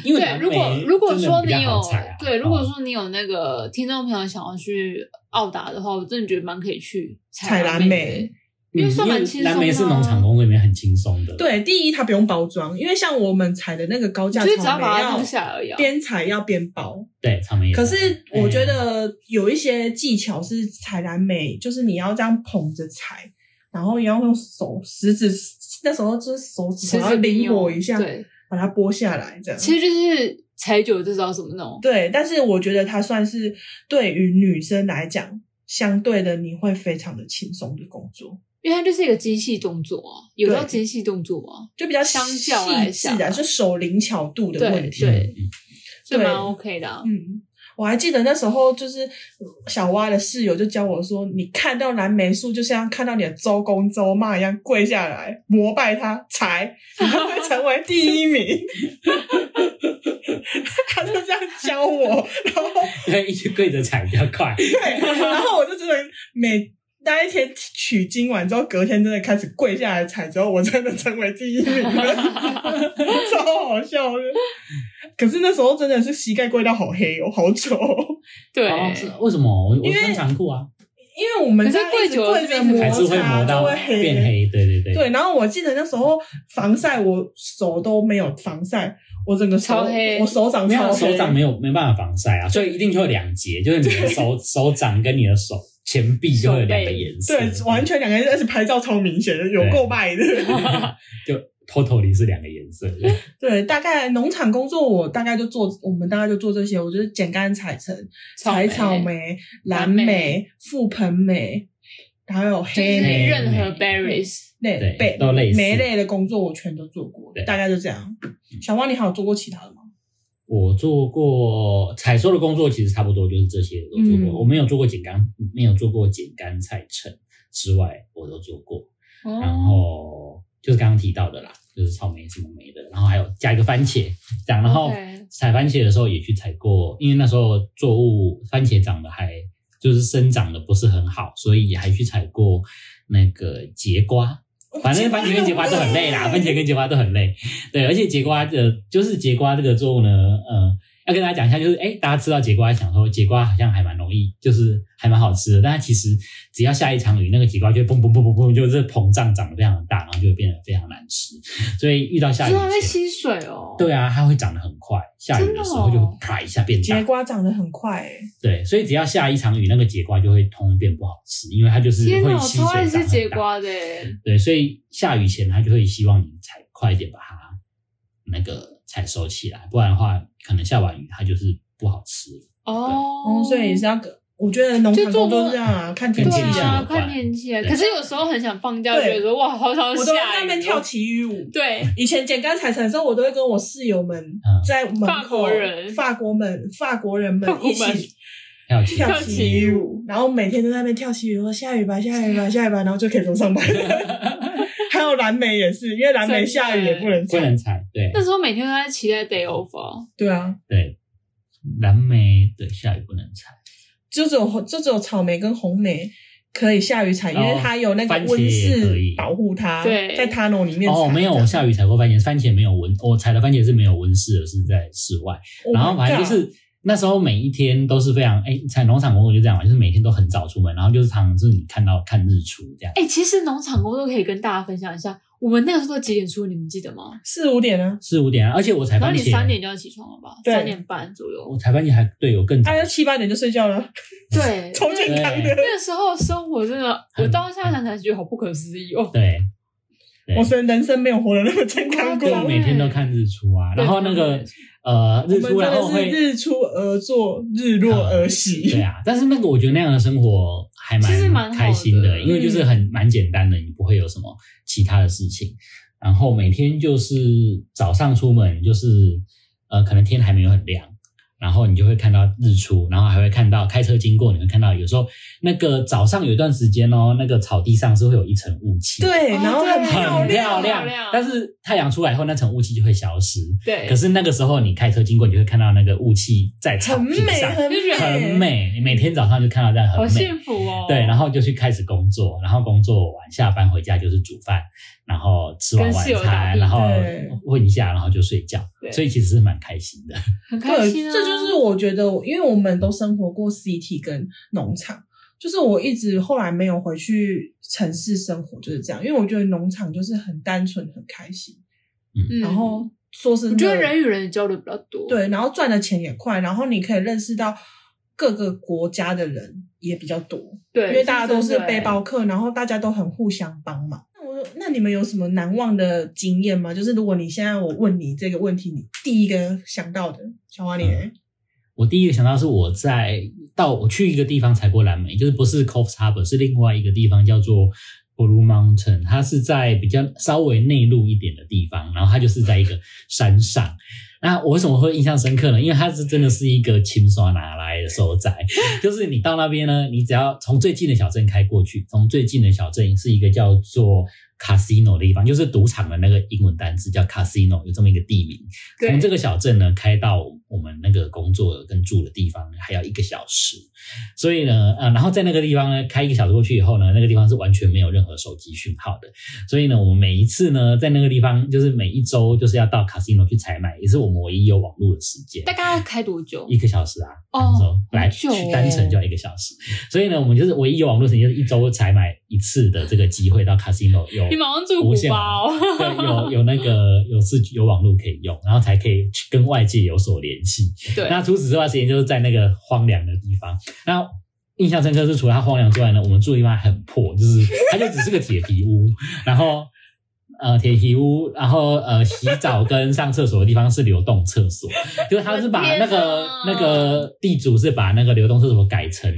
Speaker 3: 因为
Speaker 1: 对，
Speaker 3: 蓝
Speaker 1: 如果
Speaker 3: 莓
Speaker 1: 如果
Speaker 3: 真的
Speaker 1: 说
Speaker 3: 比
Speaker 1: 你
Speaker 3: 较
Speaker 1: 有
Speaker 3: 好采啊
Speaker 1: 对，如果
Speaker 3: 哦
Speaker 1: 说你有那个听众朋友想要去澳达的话，我真的觉得蛮可以去
Speaker 2: 采蓝
Speaker 1: 蓝
Speaker 2: 莓
Speaker 1: 的。因为算蛮轻松的啊
Speaker 3: 嗯蓝莓是农场工作里面很轻松的，
Speaker 2: 对，第一它不用包装，因为像我们采的那个高价
Speaker 1: 就是只要
Speaker 2: 草
Speaker 1: 把它弄
Speaker 2: 莓
Speaker 1: 下而已、
Speaker 2: 要
Speaker 1: 啊。
Speaker 2: 边采要边包。
Speaker 3: 对，草莓也
Speaker 2: 可
Speaker 3: 这样
Speaker 2: 是我觉
Speaker 3: 哎
Speaker 2: 得有一些技巧是采蓝莓，就是你要这样捧着采，然后也要用手食指，那时候就是手指
Speaker 1: 狮
Speaker 2: 头要
Speaker 1: 子
Speaker 2: 灵活一下，
Speaker 1: 哦对，
Speaker 2: 把它剥下来这样。
Speaker 1: 其实就是采酒就知道怎么弄。
Speaker 2: 对，但是我觉得它算是对于女生来讲，相对的你会非常的轻松的工作，
Speaker 1: 因为它就是一个精细动作啊，有到
Speaker 2: 对
Speaker 1: 精细动作啊，
Speaker 2: 就比较
Speaker 1: 相较来
Speaker 2: 细致啊，
Speaker 1: 讲
Speaker 2: 就手灵巧度的问
Speaker 1: 对
Speaker 2: 题。
Speaker 1: 对，
Speaker 3: 嗯
Speaker 1: 所以
Speaker 2: 对
Speaker 1: 蛮 OK 的、啊。
Speaker 2: 嗯，我还记得那时候就是小蛙的室友就教我说，你看到蓝莓树就像看到你的周公周妈一样跪下来膜拜它，才你就会成为第一名。 他就这样教我，然后
Speaker 3: 对，一直跪着踩比较快。
Speaker 2: 对，然后我就真的每。那一天取经完之后，隔天真的开始跪下来踩，之后我真的成为第一名了，超好笑的。可是那时候真的是膝盖跪到好黑哦，好丑哦、
Speaker 1: 对，
Speaker 3: 哦，是为什么？我我
Speaker 2: 因为
Speaker 3: 穿长裤啊，
Speaker 2: 因为我们
Speaker 1: 可是
Speaker 2: 这样一
Speaker 1: 跪
Speaker 2: 直
Speaker 1: 久了
Speaker 2: 跪
Speaker 1: 是
Speaker 2: 着
Speaker 1: 不是
Speaker 2: 摩
Speaker 3: 还
Speaker 2: 擦
Speaker 3: 是
Speaker 2: 就
Speaker 3: 会磨到
Speaker 2: 会
Speaker 3: 变。黑。对对对，
Speaker 2: 对，然后我记得那时候防晒，我手都没有防晒，我整个手
Speaker 1: 超黑
Speaker 2: 我手掌
Speaker 3: 没有
Speaker 2: 超黑，
Speaker 3: 手掌没有没办法防晒啊，所以一定就有两节，就是你的手手掌跟你的手前臂就会有两个颜色，
Speaker 2: 对，完全两个人，而且拍照超明显的，有
Speaker 3: 对
Speaker 2: 够卖的。
Speaker 3: 就 totally 是两个颜色。
Speaker 2: 对，大概农场工作我大概就做，我们大概就做这些，我就是剪干采橙、采草莓、蓝
Speaker 1: 蓝莓
Speaker 2: 莓、覆盆莓，还有
Speaker 1: 就
Speaker 2: 黑
Speaker 1: 是
Speaker 2: 莓
Speaker 3: 莓嗯
Speaker 1: 任何 berries，
Speaker 2: 类
Speaker 3: 对
Speaker 2: 贝
Speaker 3: 都类似
Speaker 2: 莓类的工作我全都做过
Speaker 3: 对，
Speaker 2: 大概就这样。小汪，你还有做过其他的吗？
Speaker 3: 我做过采收的工作，其实差不多就是这些都做
Speaker 2: 嗯
Speaker 3: 过。我没有做过剪干，没有做过剪干菜橙之外，我都做过。然
Speaker 1: 哦，
Speaker 3: 后就是刚刚提到的啦，就是草莓什么莓的，然后还有加一个番茄这样。然后
Speaker 1: OK
Speaker 3: 采番茄的时候也去采过，因为那时候作物番茄长得还就是生长的不是很好，所以也还去采过那个节瓜。反正番茄哦跟节瓜都很累啦，番茄跟节瓜都很累。对，而且节瓜的，就是节瓜这个作物呢，呃，要跟大家讲一下，就是哎，大家吃到节瓜，想说节瓜好像还蛮容易，就是还蛮好吃的。但它其实只要下一场雨，那个节瓜就会砰砰砰砰砰，就是膨胀长得非常大，然后就会变得非常难吃。所以遇到下
Speaker 1: 就
Speaker 3: 雨
Speaker 1: 是啊它会
Speaker 3: 前，
Speaker 1: 吸水哦。
Speaker 3: 对啊，它会长得很快，下雨的时候
Speaker 1: 真的哦
Speaker 3: 就啪一下变大。
Speaker 2: 节瓜长得很快、欸，
Speaker 3: 对，所以只要下一场雨，那个节瓜就会通变不好吃，因为它就是
Speaker 1: 天
Speaker 3: 会
Speaker 1: 哪，我
Speaker 3: 吸
Speaker 1: 超爱
Speaker 3: 水长
Speaker 1: 吃节
Speaker 3: 很大。
Speaker 1: 瓜的耶，
Speaker 3: 对，所以下雨前它就会希望你采快一点把它那个采收起来，不然的话，可能下完雨它就是不好吃了。
Speaker 1: 哦
Speaker 2: 哦，，所以也是要跟，我觉得农场
Speaker 1: 就做
Speaker 2: 工作
Speaker 1: 过
Speaker 2: 是这样啊，看
Speaker 1: 对
Speaker 2: 天气
Speaker 3: 跟天
Speaker 1: 啊，
Speaker 2: 啊。
Speaker 3: 有关
Speaker 1: 看天气啊。
Speaker 3: 对
Speaker 1: 可是有时候很想放假，
Speaker 2: 对
Speaker 1: 觉得说哇，好想
Speaker 2: 我
Speaker 1: 下雨
Speaker 2: 都
Speaker 1: 哦。
Speaker 2: 会在那边跳旗语舞。
Speaker 1: 对，
Speaker 2: 以前剪干采橙的时候，我都会跟我室友们在门
Speaker 1: 嗯法
Speaker 2: 口
Speaker 1: 国人
Speaker 2: 法国们、法国人们
Speaker 1: 法国
Speaker 2: 一
Speaker 1: 们
Speaker 2: 起
Speaker 3: 还有其他
Speaker 2: 跳
Speaker 1: 跳
Speaker 2: 旗
Speaker 1: 旗
Speaker 2: 语舞， 然后每天都在那边跳旗语，说下雨吧，下雨吧，下雨吧，然后就可以不用上班。还有蓝蓝莓也是，因为蓝莓
Speaker 1: 真的
Speaker 2: 下雨也不能
Speaker 3: 不
Speaker 2: 采。
Speaker 3: 能采，对
Speaker 1: 那时候每天都在期待 day off，哦
Speaker 2: 对啊，
Speaker 3: 对，蓝莓对下雨不能采，
Speaker 2: 就只有就只有草莓跟红莓可以下雨采，因为
Speaker 3: 哦
Speaker 2: 它有那个
Speaker 3: 番茄
Speaker 2: 温
Speaker 3: 也可
Speaker 2: 室
Speaker 3: 以
Speaker 2: 保护它，
Speaker 1: 对
Speaker 2: 在 Tano 里面
Speaker 3: 哦，
Speaker 2: 采
Speaker 3: 没有，
Speaker 2: 的 Oh
Speaker 3: 我下雨采过番茄，番茄没有温，我采的番茄是没有温室的，是在室外。
Speaker 2: Oh
Speaker 3: 然后
Speaker 2: my
Speaker 3: 反正就
Speaker 2: God
Speaker 3: 是那时候每一天都是非常哎，采农场工作就这样嘛，就是每天都很早出门，然后就是常常是你看到看日出这样。
Speaker 1: 哎、其实农场工作可以跟大家分享一下，我们那个时候都几点出，你们记得吗？
Speaker 2: 四五点啊，
Speaker 3: 四五点啊，而且我采
Speaker 1: 然后
Speaker 3: 番
Speaker 1: 你
Speaker 3: 茄，
Speaker 1: 三点就要起床了吧？
Speaker 2: 对
Speaker 1: 三点半左右
Speaker 3: 我。采番茄还对有更早
Speaker 2: 大，家啊七八点就睡觉了，
Speaker 1: 对，
Speaker 2: 超健
Speaker 1: 那
Speaker 2: 康
Speaker 3: 对
Speaker 2: 的。
Speaker 1: 那个时候生活真的，
Speaker 3: 很
Speaker 1: 我到现在想起来觉得好不可思议哦。
Speaker 3: 对，对
Speaker 2: 我虽然人生没有活得那么健康
Speaker 1: 对
Speaker 2: 过
Speaker 3: 就，每天都看日出啊， 然后那个呃
Speaker 2: 我
Speaker 3: 日
Speaker 2: 们
Speaker 3: 出，
Speaker 2: 真
Speaker 3: 然后
Speaker 2: 的
Speaker 3: 会
Speaker 2: 是日出而作，日落而息。
Speaker 3: 对啊，但是那个我觉得那样的生活还
Speaker 1: 其实蛮好
Speaker 3: 蛮
Speaker 1: 的
Speaker 3: 开心的，因为就是很蛮简单的，你不会有什么其他的事情。然后每天就是早上出门，就是呃，可能天还没有很亮，然后你就会看到日出，然后还会看到开车经过，你会看到有时候那个早上有一段时间哦，那个草地上是会有一层雾气，，
Speaker 2: 对，
Speaker 1: 哦
Speaker 2: 然后很
Speaker 1: 对
Speaker 2: 漂
Speaker 3: 很
Speaker 1: 漂
Speaker 2: 亮
Speaker 3: 漂亮
Speaker 1: 亮。
Speaker 3: 但是太阳出来后，那层雾气就会消失。
Speaker 1: 对
Speaker 3: 可，是那个时候你开车经过，你就会看到那个雾气在草
Speaker 2: 很
Speaker 3: 坪
Speaker 2: 美，
Speaker 3: 上，
Speaker 2: 很美，
Speaker 3: 很。美，你每天早上就看到这样很
Speaker 1: 好
Speaker 3: 美。
Speaker 1: 幸福哦。
Speaker 3: 对，然后就去开始工作，然后工作完下班回家就是煮饭，然后吃完
Speaker 1: 跟室
Speaker 3: 晚
Speaker 1: 友打
Speaker 3: 餐，
Speaker 1: 屁
Speaker 3: 然后
Speaker 2: 对
Speaker 3: 问一下，然后就睡觉，
Speaker 1: 对
Speaker 3: 所以其实是蛮开心的。
Speaker 1: 很开
Speaker 2: 对，
Speaker 1: 心啊。
Speaker 2: 这就是我觉得，因为我们都生活过 CT 跟农场，就是我一直后来没有回去城市生活，就是这样。因为我觉得农场就是很单纯、很开心，
Speaker 1: 嗯
Speaker 2: 然后说是
Speaker 1: 我觉得人与人的交流比较多。
Speaker 2: 对，然后赚的钱也快，然后你可以认识到各个国家的人也比较多，
Speaker 1: 对，
Speaker 2: 因为大家都是
Speaker 1: 真的欸
Speaker 2: 背包客，然后大家都很互相帮忙。那我说，那你们有什么难忘的经验吗？就是如果你现在我问你这个问题，你第一个想到的，小花你呢、
Speaker 3: 我第一个想到是我在到我去一个地方采过蓝莓，就是不是 Coffs Harbor，是另外一个地方叫做 Blue Mountain，它是在比较稍微内陆一点的地方，然后它就是在一个山上。那我为什么会印象深刻呢？因为它是真的是一个清爽拿来的所在，就是你到那边呢，你只要从最近的小镇开过去，从最近的小镇是一个叫做 casino 的地方，就是赌场的那个英文单词叫 casino，有这么一个地名。
Speaker 1: 对
Speaker 3: 从这个小镇呢开到我们那个工作跟住的地方还要一个小时，所以呢，呃，然后在那个地方呢开一个小时过去以后呢，那个地方是完全没有任何手机讯号的，所以呢，我们每一次呢在那个地方就是每一周就是要到 casino 去采买，也是我们唯一有网络的时间。
Speaker 1: 大概要开多久？
Speaker 3: 一个小时啊，
Speaker 1: 哦
Speaker 3: 两周来
Speaker 1: 好久哦
Speaker 3: 去单程就要一个小时，所以呢，我们就是唯一有网络时间，就是一周才买一次的这个机会到 casino 有
Speaker 1: 你马上住古
Speaker 3: 无线
Speaker 1: 巴
Speaker 3: 网
Speaker 1: 哦。
Speaker 3: 对，有有那个有是有网络可以用，然后才可以去跟外界有所联系。
Speaker 1: 对，
Speaker 3: 那除此之外，时间就是在那个荒凉的地方。那印象深刻是，除了它荒凉之外呢，我们住的地方还很破，就是它就只是个铁皮屋，然后呃铁皮屋，然后呃洗澡跟上厕所的地方是流动厕所，就是他是把那个
Speaker 1: 我的天啊
Speaker 3: 那个地主是把那个流动厕所改成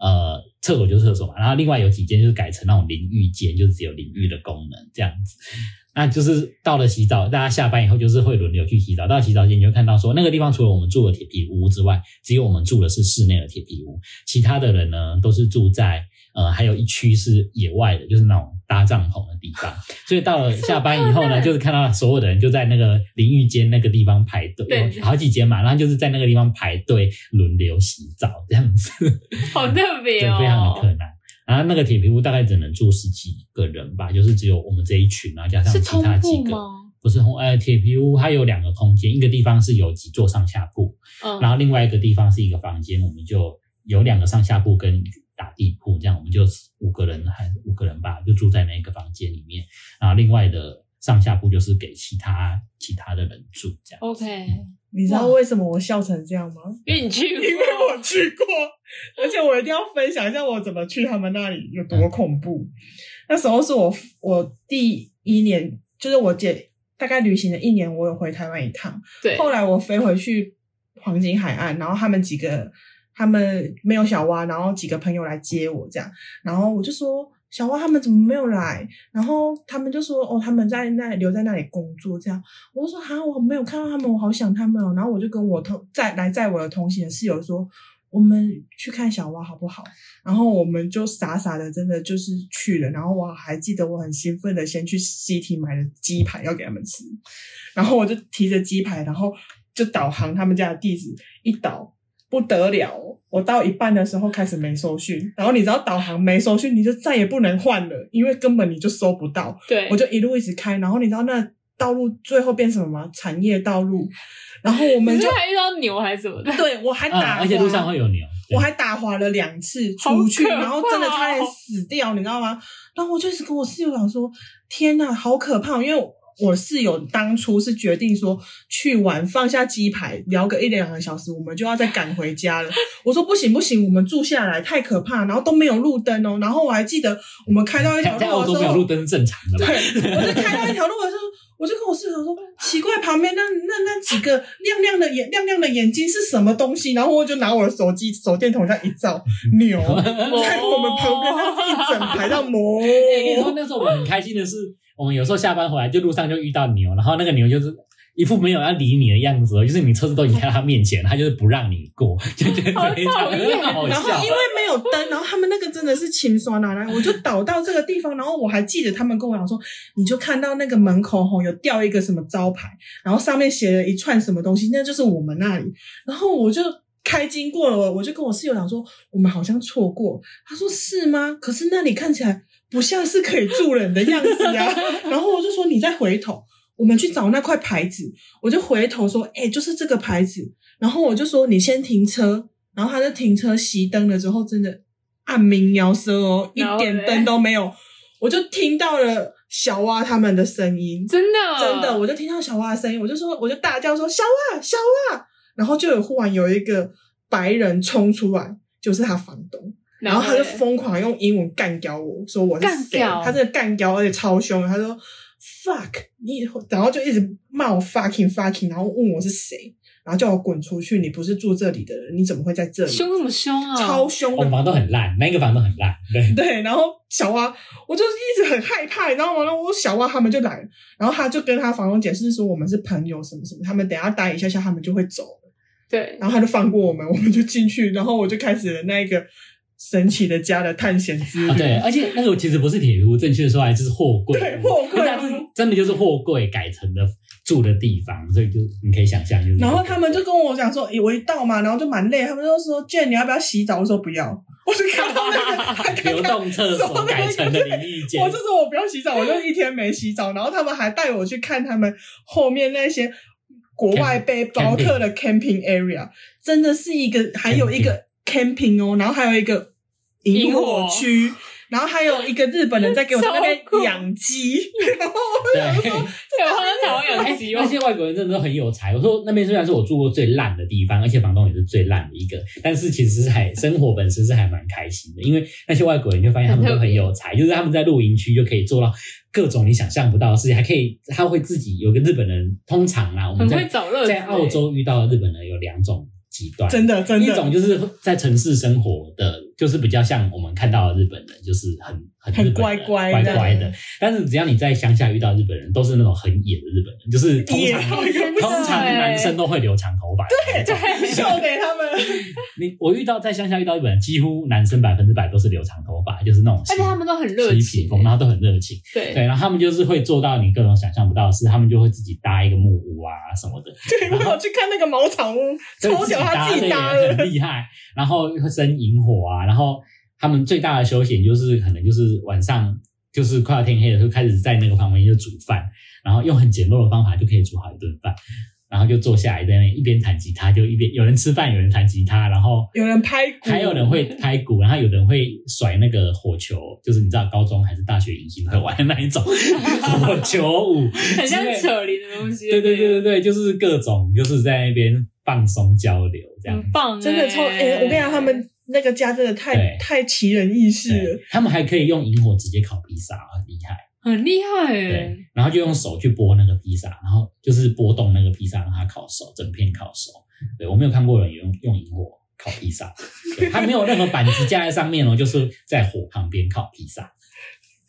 Speaker 3: 呃厕所就是厕所嘛，然后另外有几间就是改成那种淋浴间，就只有淋浴的功能这样子。那就是到了洗澡，大家下班以后就是会轮流去洗澡。到洗澡间，你就看到说，那个地方除了我们住的铁皮屋之外，只有我们住的是室内的铁皮屋，其他的人呢都是住在呃，还有一区是野外的，就是那种搭帐篷的地方。所以到了下班 以后呢，就是看到所有的人就在那个淋浴间那个地方排队，
Speaker 1: 对
Speaker 3: 有好几间嘛，然后就是在那个地方排队轮流洗澡这样子。
Speaker 1: 好特别
Speaker 3: 对，
Speaker 1: 哦，
Speaker 3: 非常的困难。然后那个铁皮屋大概只能住十几个人吧，就是只有我们这一群，然后加上
Speaker 1: 是
Speaker 3: 其
Speaker 1: 通
Speaker 3: 他几
Speaker 1: 铺
Speaker 3: 个，
Speaker 1: 吗？
Speaker 3: 不是红呃铁皮屋，它有两个空间，一个地方是有几座上下铺，
Speaker 1: 嗯，
Speaker 3: 然后另外一个地方是一个房间，我们就有两个上下铺跟打地铺，这样我们就五个人还是五个人吧，就住在那个房间里面，然后另外的上下铺就是给其他其他的人住这样。
Speaker 2: 哦
Speaker 1: OK，
Speaker 2: 你知道为什么我笑成这样吗？
Speaker 1: 因为你去
Speaker 2: 因为
Speaker 1: 过，
Speaker 2: 我去过，而且我一定要分享一下我怎么去他们那里有多恐怖。那时候是我我第一年，就是我姐大概旅行了一年，我有回台湾一趟。
Speaker 1: 对，
Speaker 2: 后来我飞回去黄金海岸，然后他们几个他们没有小蛙，然后几个朋友来接我这样，然后我就说小蛙他们怎么没有来？然后他们就说哦他们在那里留在那里工作这样，我就说啊我没有看到他们，我好想他们哦。然后我就跟我同在来载我的同行的室友说。我们去看小蛙好不好？然后我们就傻傻的，真的就是去了。然后我还记得我很兴奋的先去 CT 买了鸡排要给他们吃，然后我就提着鸡排，然后就导航他们家的地址，一导不得了。哦我到一半的时候开始没收讯，然后你知道导航没收讯，你就再也不能换了，因为根本你就收不到。
Speaker 1: 对，
Speaker 2: 我就一路一直开，然后你知道那道路最后变什么吗？产业道路。然后我
Speaker 1: 你
Speaker 2: 们
Speaker 1: 是
Speaker 2: 就
Speaker 1: 不是还遇到牛还是什么的？
Speaker 2: 对我还
Speaker 3: 嗯，
Speaker 2: 打滑、
Speaker 3: 而且路上会有牛，对
Speaker 2: 我还打滑了两次
Speaker 1: 好
Speaker 2: 出去，
Speaker 1: 可怕哦
Speaker 2: 然后真的差点死掉，你知道吗？然后我就一直跟我室友讲说：“天呐，好可怕！”哦因为我我室友当初是决定说去玩放下鸡排聊个一两个小时，我们就要再赶回家了。我说不行不行，我们住下来太可怕，然后都没有路灯哦。然后我还记得我们开到一条
Speaker 3: 在
Speaker 2: 路
Speaker 3: 在
Speaker 2: 的
Speaker 3: 澳洲没
Speaker 2: 时
Speaker 3: 有
Speaker 2: 候
Speaker 3: 路，灯是正常的吧？
Speaker 2: 对， 我就开到一条路的时候，我就跟我室友说，奇怪，旁边那那那几个亮亮的眼亮亮的眼睛是什么东西？然后我就拿我的手机手电筒这样一照，牛 在我们旁边那
Speaker 1: 哦
Speaker 2: 一整排的魔。
Speaker 3: 对，跟你说那时候我们很开心的是，我们有时候下班回来就路上就遇到牛，然后那个牛就是。一副没有要理你的样子哦，就是你车子都已经在他面前，他就是不让你过，就觉得非常
Speaker 1: 好讨厌
Speaker 3: 好
Speaker 2: 然后
Speaker 3: 笑
Speaker 2: 因。为没有灯，然后他们那个真的是清刷拿来，我就倒到这个地方，然后我还记得他们跟我讲说，你就看到那个门口吼有吊一个什么招牌，然后上面写了一串什么东西，那就是我们那里。然后我就开经过了，我就跟我室友讲说，我们好像错过。他说是吗？可是那里看起来不像是可以住人的样子啊。然后我就说你再回头。我们去找那块牌子，我就回头说：“哎、就是这个牌子。”然后我就说：“你先停车。”然后他就停车熄灯了之后，真的暗明摇舌哦，一
Speaker 1: 然后嘞
Speaker 2: 点灯都没有。我就听到了小蛙他们的声音，
Speaker 1: 真的，
Speaker 2: 真的，我就听到小蛙的声音，我就说，我就大叫说小蛙，小蛙，然后就有忽然有一个白人冲出来，就是他房东，然后他就
Speaker 1: 嘞
Speaker 2: 疯狂用英文干掉我，说我是
Speaker 1: 干
Speaker 2: 谁，
Speaker 1: 掉
Speaker 2: 他真的干掉，而且超凶，他说 fuck 你，然后就一直骂我 fucking fucking，然后问我是谁，然后叫我滚出去，你不是住这里的人，你怎么会在这里？
Speaker 1: 凶什么凶啊？
Speaker 2: 超凶的
Speaker 3: 我们房东很烂，那个房东很烂，对，
Speaker 2: 对，然后小蛙，我就一直很害怕，你知道吗？然后我小蛙他们就来了，然后他就跟他房东解释说我们是朋友什么什么，他们等一下待一下下他们就会走了，
Speaker 1: 对，
Speaker 2: 然后他就放过我们，我们就进去，然后我就开始了那个神奇的家的探险之旅，
Speaker 3: 啊对，而且那个其实不是铁屋，正确的说来就是货
Speaker 2: 嗯
Speaker 3: 柜
Speaker 2: 对，
Speaker 3: 屋，
Speaker 2: 货柜
Speaker 3: 但
Speaker 2: 屋
Speaker 3: 是真的就是货柜改成的住的地方，所以就你可以想象就是。
Speaker 2: 然后他 们就跟我讲说，诶我一到嘛，然后就蛮累，他们就说卷你要不要洗澡？我说不要，我就看到 那个他看
Speaker 3: 流
Speaker 2: 看
Speaker 3: 动厕所改成的淋浴间
Speaker 2: 我，就说我不要洗澡，我就一天没洗澡，然后他们还带我去看他们后面那些国外背包客的 camping area，真的是一个，还有一个 camping 哦，然后还有一个萤火区。然后还有一个日本人在给我在那边
Speaker 1: 超酷
Speaker 2: 养鸡，
Speaker 3: 对，
Speaker 1: 对，我好像台湾
Speaker 2: 哎
Speaker 1: 养鸡
Speaker 3: 那
Speaker 1: 哦，
Speaker 3: 些外国人真的都很有才。我说那边虽然是我住过最烂的地方，而且房东也是最烂的一个，但是其实是还生活本身是还蛮开心的，因为那些外国人就发现他们都很有才，就是他们在露营区就可以做到各种你想象不到的事情，还可以他会自己有个日本人，通常啦，我们
Speaker 1: 很会
Speaker 3: 在
Speaker 1: 找乐子欸。
Speaker 3: 在澳洲遇到的日本人有两种极端，
Speaker 2: 真的真
Speaker 3: 一
Speaker 2: 的，
Speaker 3: 种就是在城市生活的，就是比较像我们看到的日本人，就是很很
Speaker 2: 很
Speaker 3: 日本
Speaker 2: 乖
Speaker 3: 人
Speaker 2: 乖
Speaker 3: 乖
Speaker 2: 的
Speaker 3: 乖的。但是只要你在乡下遇到日本人，都是那种很野的日本人，就是通
Speaker 2: 野
Speaker 3: 常
Speaker 2: 到一个不
Speaker 1: 真的
Speaker 2: 行
Speaker 1: 哎
Speaker 3: 通常男生都会留长头发。对
Speaker 1: 对，
Speaker 2: 秀给他们，
Speaker 3: 你我遇到在乡下遇到日本人，几乎男生百分之百都是留长头发，就是那种嬉
Speaker 1: 而且他们都很热
Speaker 3: 嬉皮
Speaker 1: 情，
Speaker 3: 风，然后都很热情。
Speaker 1: 对，
Speaker 3: 对，然后他们就是会做到你各种想象不到的事，他们就会自己搭一个木屋啊什么的，
Speaker 2: 对 我有去看那个茅草 屋，超小，他自己搭
Speaker 3: 对
Speaker 2: 了，
Speaker 3: 很厉害。然后会生萤火啊，然后他们最大的休闲就是可能就是晚上就是快要天黑的时候，开始在那个旁边就煮饭，然后用很简陋的方法就可以煮好一顿饭，然后就坐下来在那边一边弹吉他，就一边有人吃饭，有人弹吉他，然后
Speaker 2: 有人拍鼓，
Speaker 3: 还有人会拍鼓，然后有人会甩那个火球，就是你知道高中还是大学迎新会玩的那一 种火球舞，
Speaker 1: 很像
Speaker 3: 之类的
Speaker 1: 扯铃的东西。
Speaker 3: 对对对对对，就是各种就是在那边放松交流这样子
Speaker 1: 很棒欸，
Speaker 2: 真的超哎、我跟你讲，他们那个家真的太
Speaker 3: 对
Speaker 2: 太奇人异事了
Speaker 3: 对。，他们还可以用萤火直接烤披萨，很厉害。
Speaker 1: 很厉害哎
Speaker 3: 对，，然后就用手去剥那个披萨，然后就是拨动那个披萨，让它烤熟，整片烤熟。
Speaker 1: 嗯
Speaker 3: 对我没有看过有人用用萤火烤披萨，对它没有任何板子架在上面哦，就是在火旁边烤披萨。